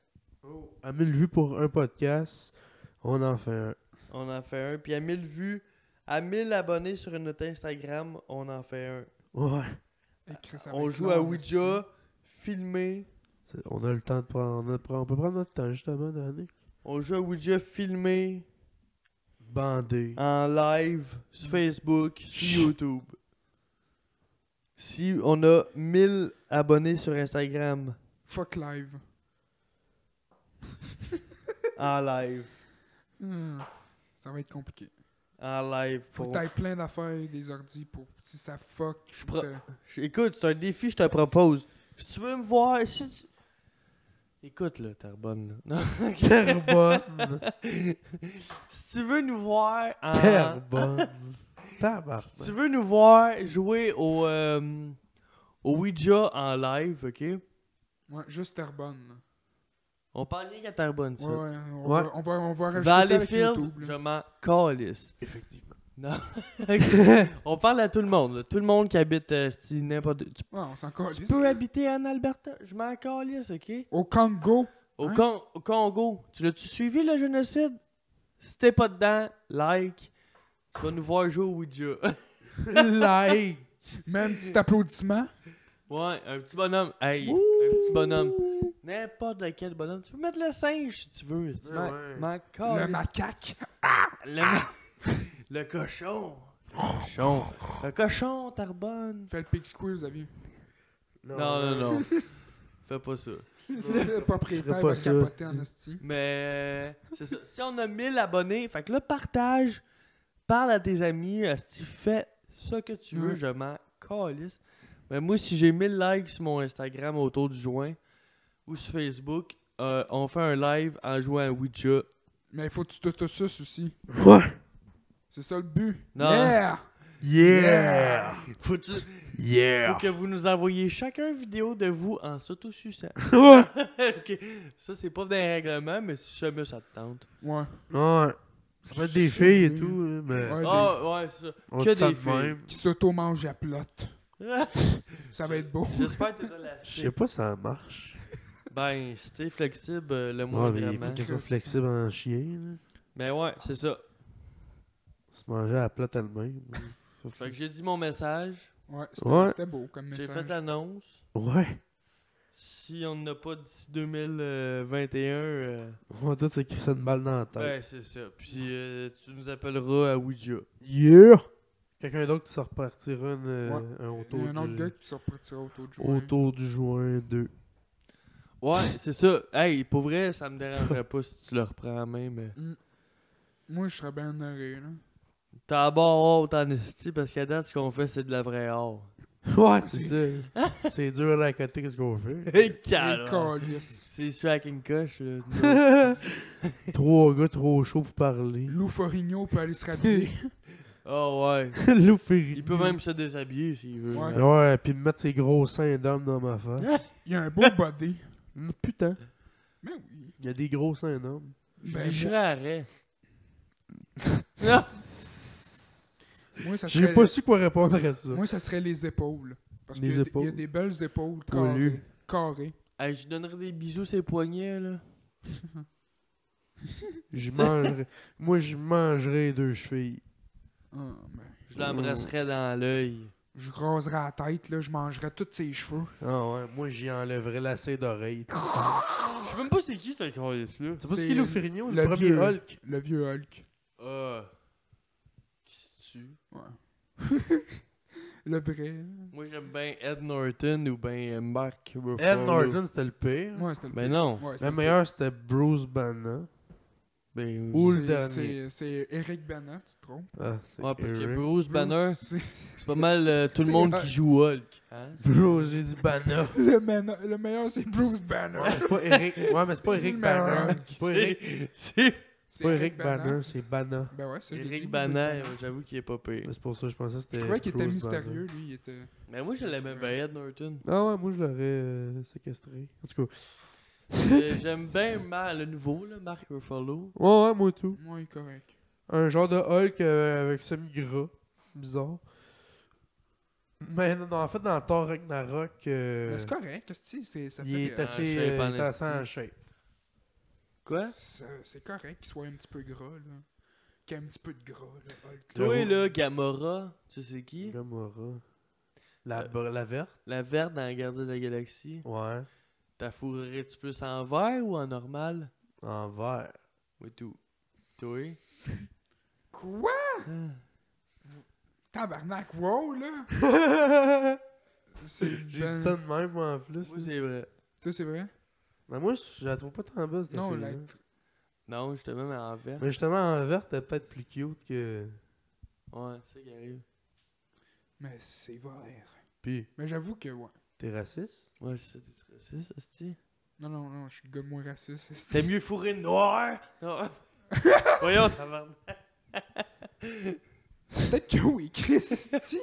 C: À 1000 vues pour un podcast, on en fait un.
A: On en fait un. Puis à 1000 vues, à 1000 abonnés sur notre Instagram, on en fait un.
C: Ouais.
B: Hey, Chris,
C: Ah,
B: ça va
A: On
B: être
A: joue
B: long,
A: à
B: esti.
A: Ouija, filmé.
C: C'est- On a le temps de prendre notre... On peut prendre notre temps, justement, Danick.
A: On joue à Ouija, filmé,
C: Bandé.
A: en live, sur Facebook, sur YouTube. Si on a 1000 abonnés sur Instagram,
B: Fuck live.
A: en live.
B: Hmm. Ça va être compliqué.
A: En live.
B: Faut que
A: pour-
B: t'ailles plein d'affaires des ordis pour si ça fuck.
A: Je pro-
B: te-
A: Je- Écoute, c'est un défi, je te propose. Si tu veux me voir, si tu- Écoute, là, Tarbonne. là. Non,
C: Carbone.
A: si tu veux nous voir en...
C: Carbone. Tabarnak.
A: Si tu veux nous voir jouer au, euh, au Ouija en live, ok?
B: Ouais, juste Terrebonne. là.
A: On parle rien qu'à Terrebonne, ça.
B: Ouais, ouais, on,
C: Ouais.
B: Va, on va on va rajouter ça avec
A: Valleyfield,
B: YouTube. là.
A: je m'en calisse.
C: Effectivement.
A: Non. On parle à tout le monde, là. tout le monde qui habite euh, si n'importe tu,
B: Ouais, on s'en
A: tu
B: calisse.
A: peux habiter en Alberta, je m'en calisse, ok?
B: Au Congo,
A: Au,
B: Hein?
A: Con- au Congo, tu l'as-tu suivi le génocide? Si t'es pas dedans, like. Tu vas nous voir jouer au Ouija.
C: like.
B: même petit applaudissement.
A: ouais, un petit bonhomme. Hey, un petit bonhomme. N'importe quel bonhomme. Tu peux mettre le singe si tu veux. Tu
C: Ouais,
A: m'en-
C: ouais.
A: m'en
B: Le
A: calisse.
B: macaque.
A: Le, ma- le cochon. Le Ah. cochon. Le cochon, Tarbonne.
B: Fais le pig squeeze, vous avez vu.
A: Non, non, non. Fais pas ça.
B: Le propriétaire
C: Je ferais pas
B: va
C: ça,
B: capoter en
C: c'est-
B: hostie.
A: Mais euh, c'est ça. Si on a 1000 abonnés, fait que là, partage, parle à tes amis, asti, fais ce que tu veux,
B: Ouais.
A: je m'en calisse. Mais moi, si j'ai 1000 likes sur mon Instagram autour du joint ou sur Facebook, euh, on fait un live en jouant à Ouija.
B: Mais il faut que tu t'autosuces aussi.
C: Ouais.
B: C'est ça le but.
A: Non.
B: Yeah!
C: Yeah.
A: Faut, tu- faut
C: Yeah.
A: que vous nous envoyiez chacun une vidéo de vous en s'autosuçant.
C: Ouais.
A: Ok. Ça, c'est pas dans les règlements, mais si jamais ça te tente.
B: Ouais.
C: Ouais. Ça va être des filles et tout, hein, mais
B: Ouais,
A: Ah, ouais, c'est ça.
C: on
A: que
C: dit ça
A: des
C: de
A: filles.
C: même.
B: Qui s'auto-mange la plotte. Ça va être beau.
A: J'espère que t'es dans la
C: Je sais pas si ça marche.
A: Ben, si t'es flexible, euh, le moins
C: Ouais, Ah, mais il faut
A: vraiment.
C: qu'elle soit flexible en chien. là.
A: Mais ouais, c'est ça.
C: Se manger à la plate elle-même. Faut
A: Fait que j'ai dit mon message,
B: Ouais, c'était
C: Ouais.
B: c'était beau comme
A: j'ai
B: message.
A: fait l'annonce.
C: Ouais.
A: Si on n'a pas d'ici 2021, euh,
C: On va tous se crisser une balle dans la tête.
A: ben c'est ça. Puis euh, tu nous appelleras à Ouija.
C: Yeah! Quelqu'un d'autre qui se repartira une, euh, un
B: Il y
C: autour
B: a un autre
C: du...
B: gars qui s'est repartira autour du joint.
C: Autour du juin 2.
A: Ouais, c'est ça. Hey, pour vrai, ça me dérangerait pas si tu le reprends en main, mais...
B: Moi, je serais bien honoré, là.
A: T'as bord haute en esti, parce qu'à date, ce qu'on fait, c'est de la vraie or.
C: Ouais, c'est ça. c'est dur à côté qu'est-ce qu'on fait.
A: Hey,
B: Et
A: calme!
B: calice.
A: C'est sûr à une coche, là.
C: Trois gars trop chauds pour parler.
B: Lou Forigno peut aller se rhabiller.
A: Oh ouais.
C: Lou Ferrigno.
A: Il peut même se déshabiller s'il veut.
B: Ouais.
A: là.
C: Ouais, pis me mettre ses gros seins d'homme dans ma face.
B: Il y a un beau body.
C: Mm, Putain,
B: Mais oui.
C: il y a des gros seins d'homme.
A: Je
B: Ben,
A: licherais à raie.
B: Moi, ça
C: J'ai
B: serait,
C: pas su quoi répondre à ça.
B: moi, ça serait les épaules. Parce
C: Les
B: qu'il y, a des- il y a
C: épaules.
B: des belles épaules
C: Poilues.
B: carrées. carrées.
A: Hey, je donnerais des bisous ses poignets, là.
C: Je mangerais... moi, je mangerais deux chevilles.
B: Ah, ben,
A: Je l'embrasserais dans l'œil.
B: je raserais la tête, là, je mangerais tous ses cheveux.
C: Ah ouais, moi, j'y enlèverais lacet d'oreille.
B: Ah,
A: Je sais même pas c'est qui ce calice-là.
C: C'est pas ce
B: C'est
C: qu'il Lou Ferrigno, le,
B: le
C: premier
B: vieux.
C: Hulk.
B: Le vieux Hulk.
A: Ah. Qui se tue?
B: Ouais. Le vrai.
A: Moi, j'aime bien Ed Norton ou bien euh, Mark Ruffalo.
C: Ed Norton, c'était le pire.
B: Ouais, c'était le
A: Ben
B: pire.
A: non.
B: Ouais, c'était
C: Le
B: pire.
C: meilleur, c'était Bruce Banner.
A: Ben,
C: Ou
A: ouais,
C: le
B: C'est- c'est-
C: dernier.
B: C'est Eric Bana, tu te trompes.
C: Ah, c'est
A: parce que
C: Eric.
A: Bruce Banner,
B: Bruce, c'est-
A: c'est pas mal euh, tout le monde qui joue Hulk. Hein?
C: Bruce, j'ai dit Banner.
B: Le, Bana- le meilleur, c'est Bruce Banner.
C: Ouais, mais c'est pas Eric. Ouais, mais c'est pas Eric
B: Le meilleur.
C: Banner. C'est pas Eric,
A: C'est
C: c'est pas Eric Banner, c'est Banner.
B: Ben ouais, c'est
A: Eric Banner, euh, j'avoue qu'il est pas pire.
C: Mais C'est pour ça que je pensais que c'était.
B: Je trouvais qu'il était
C: Bruce
B: mystérieux,
C: Banner.
B: lui. Il était...
A: Mais moi, je l'aimais bien, Ed Norton.
C: Ah ouais, moi je l'aurais euh, séquestré. En tout cas.
A: Euh, J'aime bien mal le nouveau, là, Mark Ruffalo.
C: Ouais, ouais, moi tout.
B: Moi, il est correct.
C: Un genre de Hulk euh, avec semi-gras. Bizarre. Mais non, non, en fait, dans Thor Ragnarok, euh,
B: Mais Ben, C'est correct, qu'est-ce que c'est- c'est? Ça
C: il
B: fait...
C: est
B: des-
A: à-
C: assez,
A: shape
C: euh,
A: en
C: il est assez
A: esti.
C: en shape.
A: Quoi?
B: Ça- C'est correct qu'il soit un petit peu gras, là. Qu'il y ait un petit peu de gras, là, Hulk.
A: Toi,
C: J'avoue.
A: là, Gamora, tu sais qui?
C: Gamora. La,
A: Euh,
C: br- la verte?
A: La verte dans la Garde de la Galaxie.
C: Ouais.
A: T'as fourrerais-tu plus en vert ou en normal?
C: En vert.
A: Oui, tout. Toi?
B: Quoi?
A: Ah.
B: Tabarnak, wow, là! C'est
C: J'ai
B: ben-
C: dit ça de même, moi, en plus.
A: Moi, c'est vrai.
B: Toi, c'est vrai?
C: Mais moi, je je la trouve pas tant basse, cette
B: Non,
C: fille-là.
B: la-
A: Non, justement, mais en vert.
C: Mais justement, en vert, t'es peut-être plus cute que...
A: Ouais, c'est ça qui arrive.
B: Mais c'est vert.
C: Puis,
B: Mais j'avoue que, ouais.
C: t'es raciste?
A: Ouais, c'est ça, t'es raciste, hostie.
B: Non, non, non, je suis le gars moins raciste. c'est-
A: T'es mieux fourré une noire! Non. Voyons, tabarnak.
B: Peut-être que oui, Chris, c'est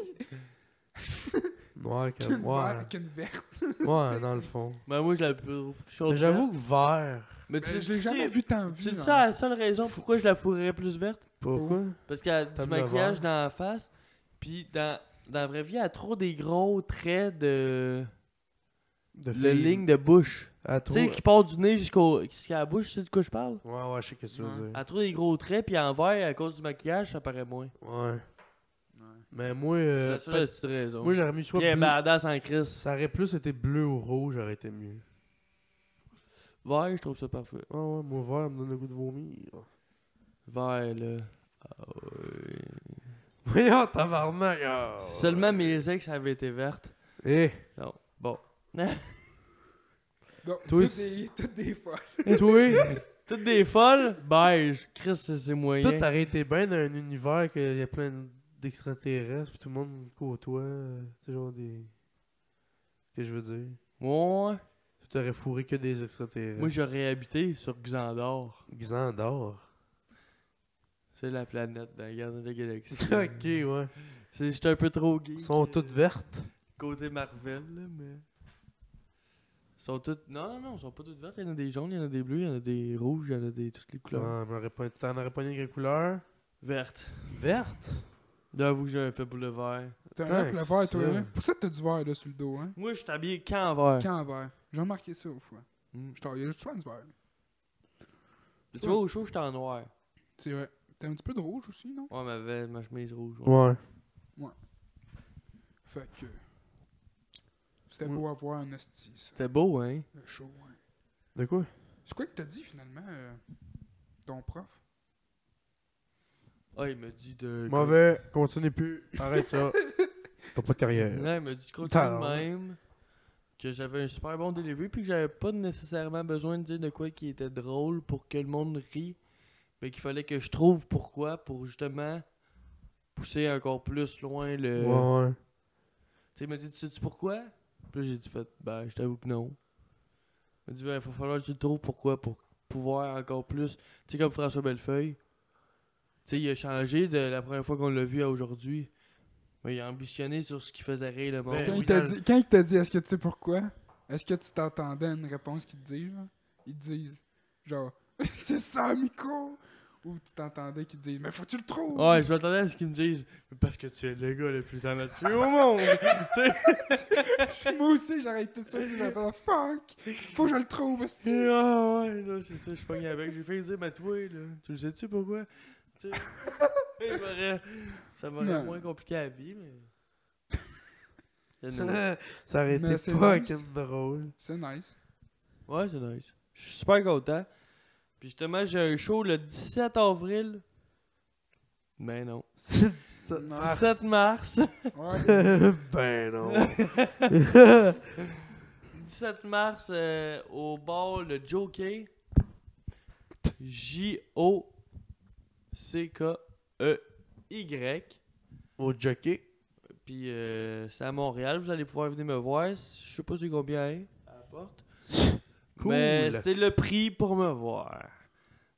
C: Noir que
B: qu'une
C: moi.
B: verte. Qu'une verte.
C: Ouais, dans le fond.
A: Ben, moi, je la trouve
C: Mais
A: chaude.
C: J'avoue que vert.
A: verte. Mais
B: Mais
A: tu
B: je l'ai
A: sais,
B: jamais vu tant vu.
A: c'est
B: hein.
A: ça la seule raison pourquoi je la fourrais plus verte?
C: Pourquoi?
A: Parce qu'elle a du
C: T'aimes le
A: maquillage
C: vert.
A: dans la face, puis dans, dans la vraie vie, elle a trop des gros traits de.
C: De
A: Le
C: filles.
A: ligne de bouche.
C: À
A: Tu
C: toi.
A: sais, qui part du nez jusqu'au jusqu'à la bouche, tu sais de quoi je parle?
C: Ouais, ouais, je sais que tu
B: Ouais.
C: veux
A: Elle
C: dire.
A: a trop des gros traits, puis en vert, à cause du maquillage, ça paraît moins.
C: Ouais.
B: Ouais.
C: Mais moi,
A: C'est
C: euh,
A: la seule petite
C: peut-
A: raison.
C: moi j'aurais mis soit
A: Puis elle est
C: bleu-
A: badass en crise.
C: Ça aurait plus été bleu ou rouge, j'aurais été mieux.
A: Vert, je trouve ça parfait.
C: Ah ouais, moi vert me donne le goût de vomir.
A: Vert, là. Ah ouais.
C: Voyons, tabarnak! ah, ouais.
A: Seulement mes ex avaient été vertes.
C: Eh,
A: Non. Bon.
B: Donc,
C: Toi,
B: toutes
C: c'est-
B: des, toutes des fois.
C: toi,
A: Toutes des folles, beige. Chris, c'est ses
C: toi
A: moyens.
C: t'aurais été bien dans un univers qu'il y a plein d'extraterrestres, pis tout le monde côtoie, euh, tu sais, genre des... C'est ce que je veux dire.
A: Ouais.
C: Tu t'aurais fourré que des extraterrestres.
A: Moi, j'aurais habité sur Xandor.
C: Xandor.
A: C'est la planète dans la Garde de la Galaxie.
C: ok, ouais.
A: C'est juste un peu trop gay.
C: Ils sont
A: que-
C: toutes vertes.
A: Côté Marvel, là, mais. Ils sont toutes. Non, non, non, ils sont pas toutes vertes. Il y en a des jaunes, il y en a des bleus, il y en a des rouges, il y en a des toutes les couleurs.
C: Ouais, m'aurais pas... T'en aurais pas une quelle couleur?
A: Vertes.
C: Verte?
A: J'avoue que j'ai un fait pour le vert.
B: T'as
C: Tant
B: un rap le
C: que
B: vert, toi,
C: ça.
B: hein? Pour ça que t'as du vert, là, sur le dos, hein?
A: Moi, je suis habillé qu'en vert.
B: Quand vert. J'ai remarqué ça, au fois.
A: Mm.
B: Je t'en- Il y a juste soin du vert. là.
A: Tu vois, au chaud, je suis en noir.
B: C'est vrai. T'as un petit peu de rouge aussi, non?
A: Ouais, ma veste, ma chemise rouge. ouais.
C: Ouais.
B: Fait que. C'était
C: Ouais.
B: beau à voir un hostie, ça.
A: C'était beau, hein?
B: Le show, hein.
C: De quoi?
B: C'est quoi que t'as dit, finalement, euh, ton prof?
A: Ah, il m'a dit de.
C: Mauvais, continue plus, arrête ça. T'as pas de carrière.
A: Ouais, il m'a dit de continuer
C: Tard.
A: de même. Que j'avais un super bon delivery, puis que j'avais pas nécessairement besoin de dire de quoi qui était drôle pour que le monde rit. Mais qu'il fallait que je trouve pourquoi pour justement pousser encore plus loin le.
C: Ouais, ouais.
A: Tu sais, il m'a dit, tu sais-tu pourquoi? Puis là, j'ai dit, fait, ben, je t'avoue que non. Il m'a dit, ben, il va falloir que tu le trouves pourquoi, pour pouvoir encore plus. Tu sais, comme François Bellefeuille, tu sais, il a changé de la première fois qu'on l'a vu à aujourd'hui. Ben, il a ambitionné sur ce qui faisait rire le monde.
C: Ben
B: quand,
C: oui,
B: il t'a
C: dans le-
B: dit, quand il t'a dit, est-ce que tu sais pourquoi? Est-ce que tu t'attendais à une réponse qu'ils te disent? genre? Ils te disent, genre, c'est ça, Miko! Ou tu t'entendais qu'ils te disent, mais faut que tu le trouves!
A: Ouais, je m'attendais à ce qu'ils me disent, parce que tu es le gars le plus talentueux au monde. tu sais,
B: Moi aussi, j'aurais été ça, puis j'aurais fait, fuck! Faut que je le trouve,
A: tu sais,
B: hostie!
A: ah ouais, là, c'est ça, je suis pogné avec. J'ai fait dire, mais toi, là, tu le sais-tu pourquoi? Tu sais, il m'aurait- ça m'aurait
B: Non.
A: moins compliqué à vivre, mais. Anyway.
C: ça aurait
B: Mais
C: été
B: c'est
C: fucking
B: nice.
C: drôle.
B: C'est nice.
A: Ouais, c'est nice. Je suis super content. Puis justement, j'ai un show le 17 avril Mais Ben non.
C: C'est 17
B: Non.
C: mars.
A: 7 mars.
B: Ouais.
C: ben non.
A: 17 mars euh, au bar le Jockey. J-O-C-K-E-Y.
C: Au jockey.
A: Puis euh, c'est à Montréal, vous allez pouvoir venir me voir. Je sais pas c'est combien hein, à la porte.
C: Cool.
A: Mais c'était le prix pour me voir.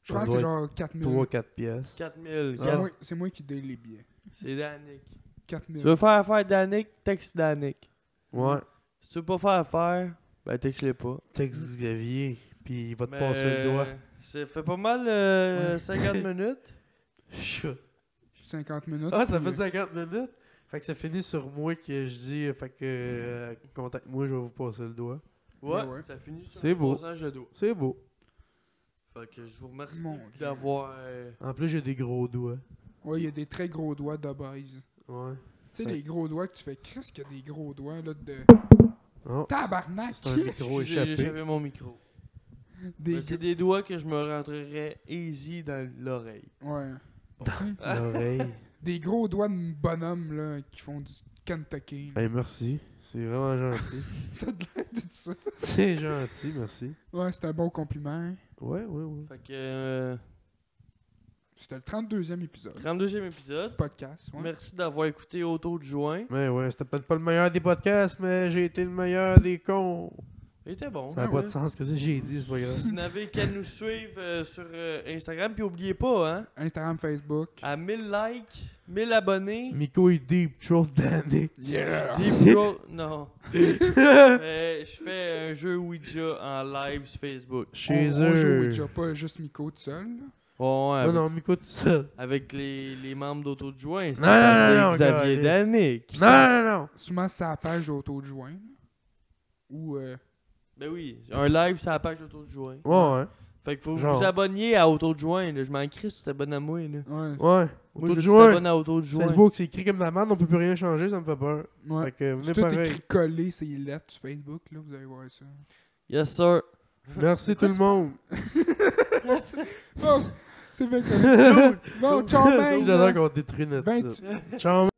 B: Je pense que
C: doit
B: c'est
C: être
B: genre 4000.
C: 3-4 pièces.
A: 4000.
B: C'est
C: Ah.
B: moi- C'est moi qui donne les billets.
A: C'est Danick. Tu
B: 4000.
A: veux faire affaire à Danick, texte Danick.
C: Ouais.
A: Si tu veux pas faire affaire, ben texte-le pas.
C: Texas Gavier. Puis il va te
A: Mais,
C: passer le doigt.
A: euh, Ça fait pas mal euh,
C: Ouais.
A: 50 minutes.
C: Chut.
B: 50 minutes.
C: Ah, ça
B: puis,
C: fait 50 minutes. Fait que ça finit sur moi que je dis, euh, fait que euh, contacte-moi, je vais vous passer le doigt.
A: Ouais,
B: Ouais, ouais.
A: ça finit sur
C: C'est
A: un
C: beau.
A: passage de doigt.
C: C'est beau.
A: Fait que je vous remercie
B: Mon Dieu.
A: d'avoir... euh,
C: En plus, j'ai des gros doigts.
B: Ouais, il y a des très gros doigts de base.
C: Ouais.
B: Tu sais,
C: Ouais.
B: les gros doigts que tu fais. Qu'est-ce qu'il y a des gros doigts, là, de.
C: Oh,
B: Tabarnak!
C: c'est un micro
A: excusez, J'ai
C: échappé.
A: échappé mon micro.
B: Des.
A: Mais C'est des doigts que je me rentrerais easy dans l'oreille.
B: Ouais. Hein?
C: L'oreille.
B: Des gros doigts de bonhomme, là, qui font du Kentucky. là.
C: Hey, Ben, merci. C'est vraiment gentil.
B: T'as de l'air de tout ça.
C: C'est gentil, merci.
B: Ouais, c'est un bon compliment.
C: Ouais, ouais, ouais.
A: Fait que... euh,
B: C'était le 32e épisode.
A: 32e épisode.
B: du Podcast, ouais.
A: Merci d'avoir écouté Auto de juin.
C: Ouais, ouais, c'était peut-être pas le meilleur des podcasts, mais j'ai été le meilleur des cons.
A: Il était bon. hein?
C: Ça n'a
B: Ouais,
C: pas
B: ouais.
C: de sens, que ça j'ai dit, c'est pas grave.
A: Vous n'avez qu'à nous suivre euh, sur euh, Instagram. Puis oubliez pas, hein,
B: Instagram,
C: Ah,
B: Facebook.
A: à 1000 likes, 1000 abonnés.
C: Miko est deep throat d'année.
B: Yeah!
A: Deep Road- Non. Euh, je fais un jeu Ouija en live sur Facebook.
C: Chez
B: on, on joue
C: eux.
B: Ouija, pas juste Miko tout seul. là.
A: Bon,
C: non,
A: avec,
C: non, Miko tout seul.
A: avec les, les membres d'Auto de Juin.
C: non, non, non,
A: Xavier
C: Carlis.
A: Danick.
C: Non, non, non.
B: Souvent, c'est la page auto de joint. là. Ou. euh,
A: Ben oui, un live sur la page d'Auto de Juin.
C: Ouais,
A: Fait que faut que
C: Genre.
A: vous abonniez à Auto de Juin. là. Je m'en crie si tu t'abonnes à moi. Là.
B: ouais.
C: ouais.
A: Moi, je
C: Auto de
A: veux que tu t'abonnes
C: juin.
A: à Auto de Juin.
C: Facebook, c'est écrit comme la merde, on peut plus rien changer, ça me fait peur.
B: ouais.
C: Fait que venez
B: C'est tout
C: pareil.
B: écrit collé, c'est lettre sur Facebook, là, vous allez voir ça.
A: Yes, sir.
C: Merci tout le monde.
B: Bon, c'est bien collé. Bon, ciao,
C: J'adore qu'on détruit notre
B: Ben,
C: site. Ciao,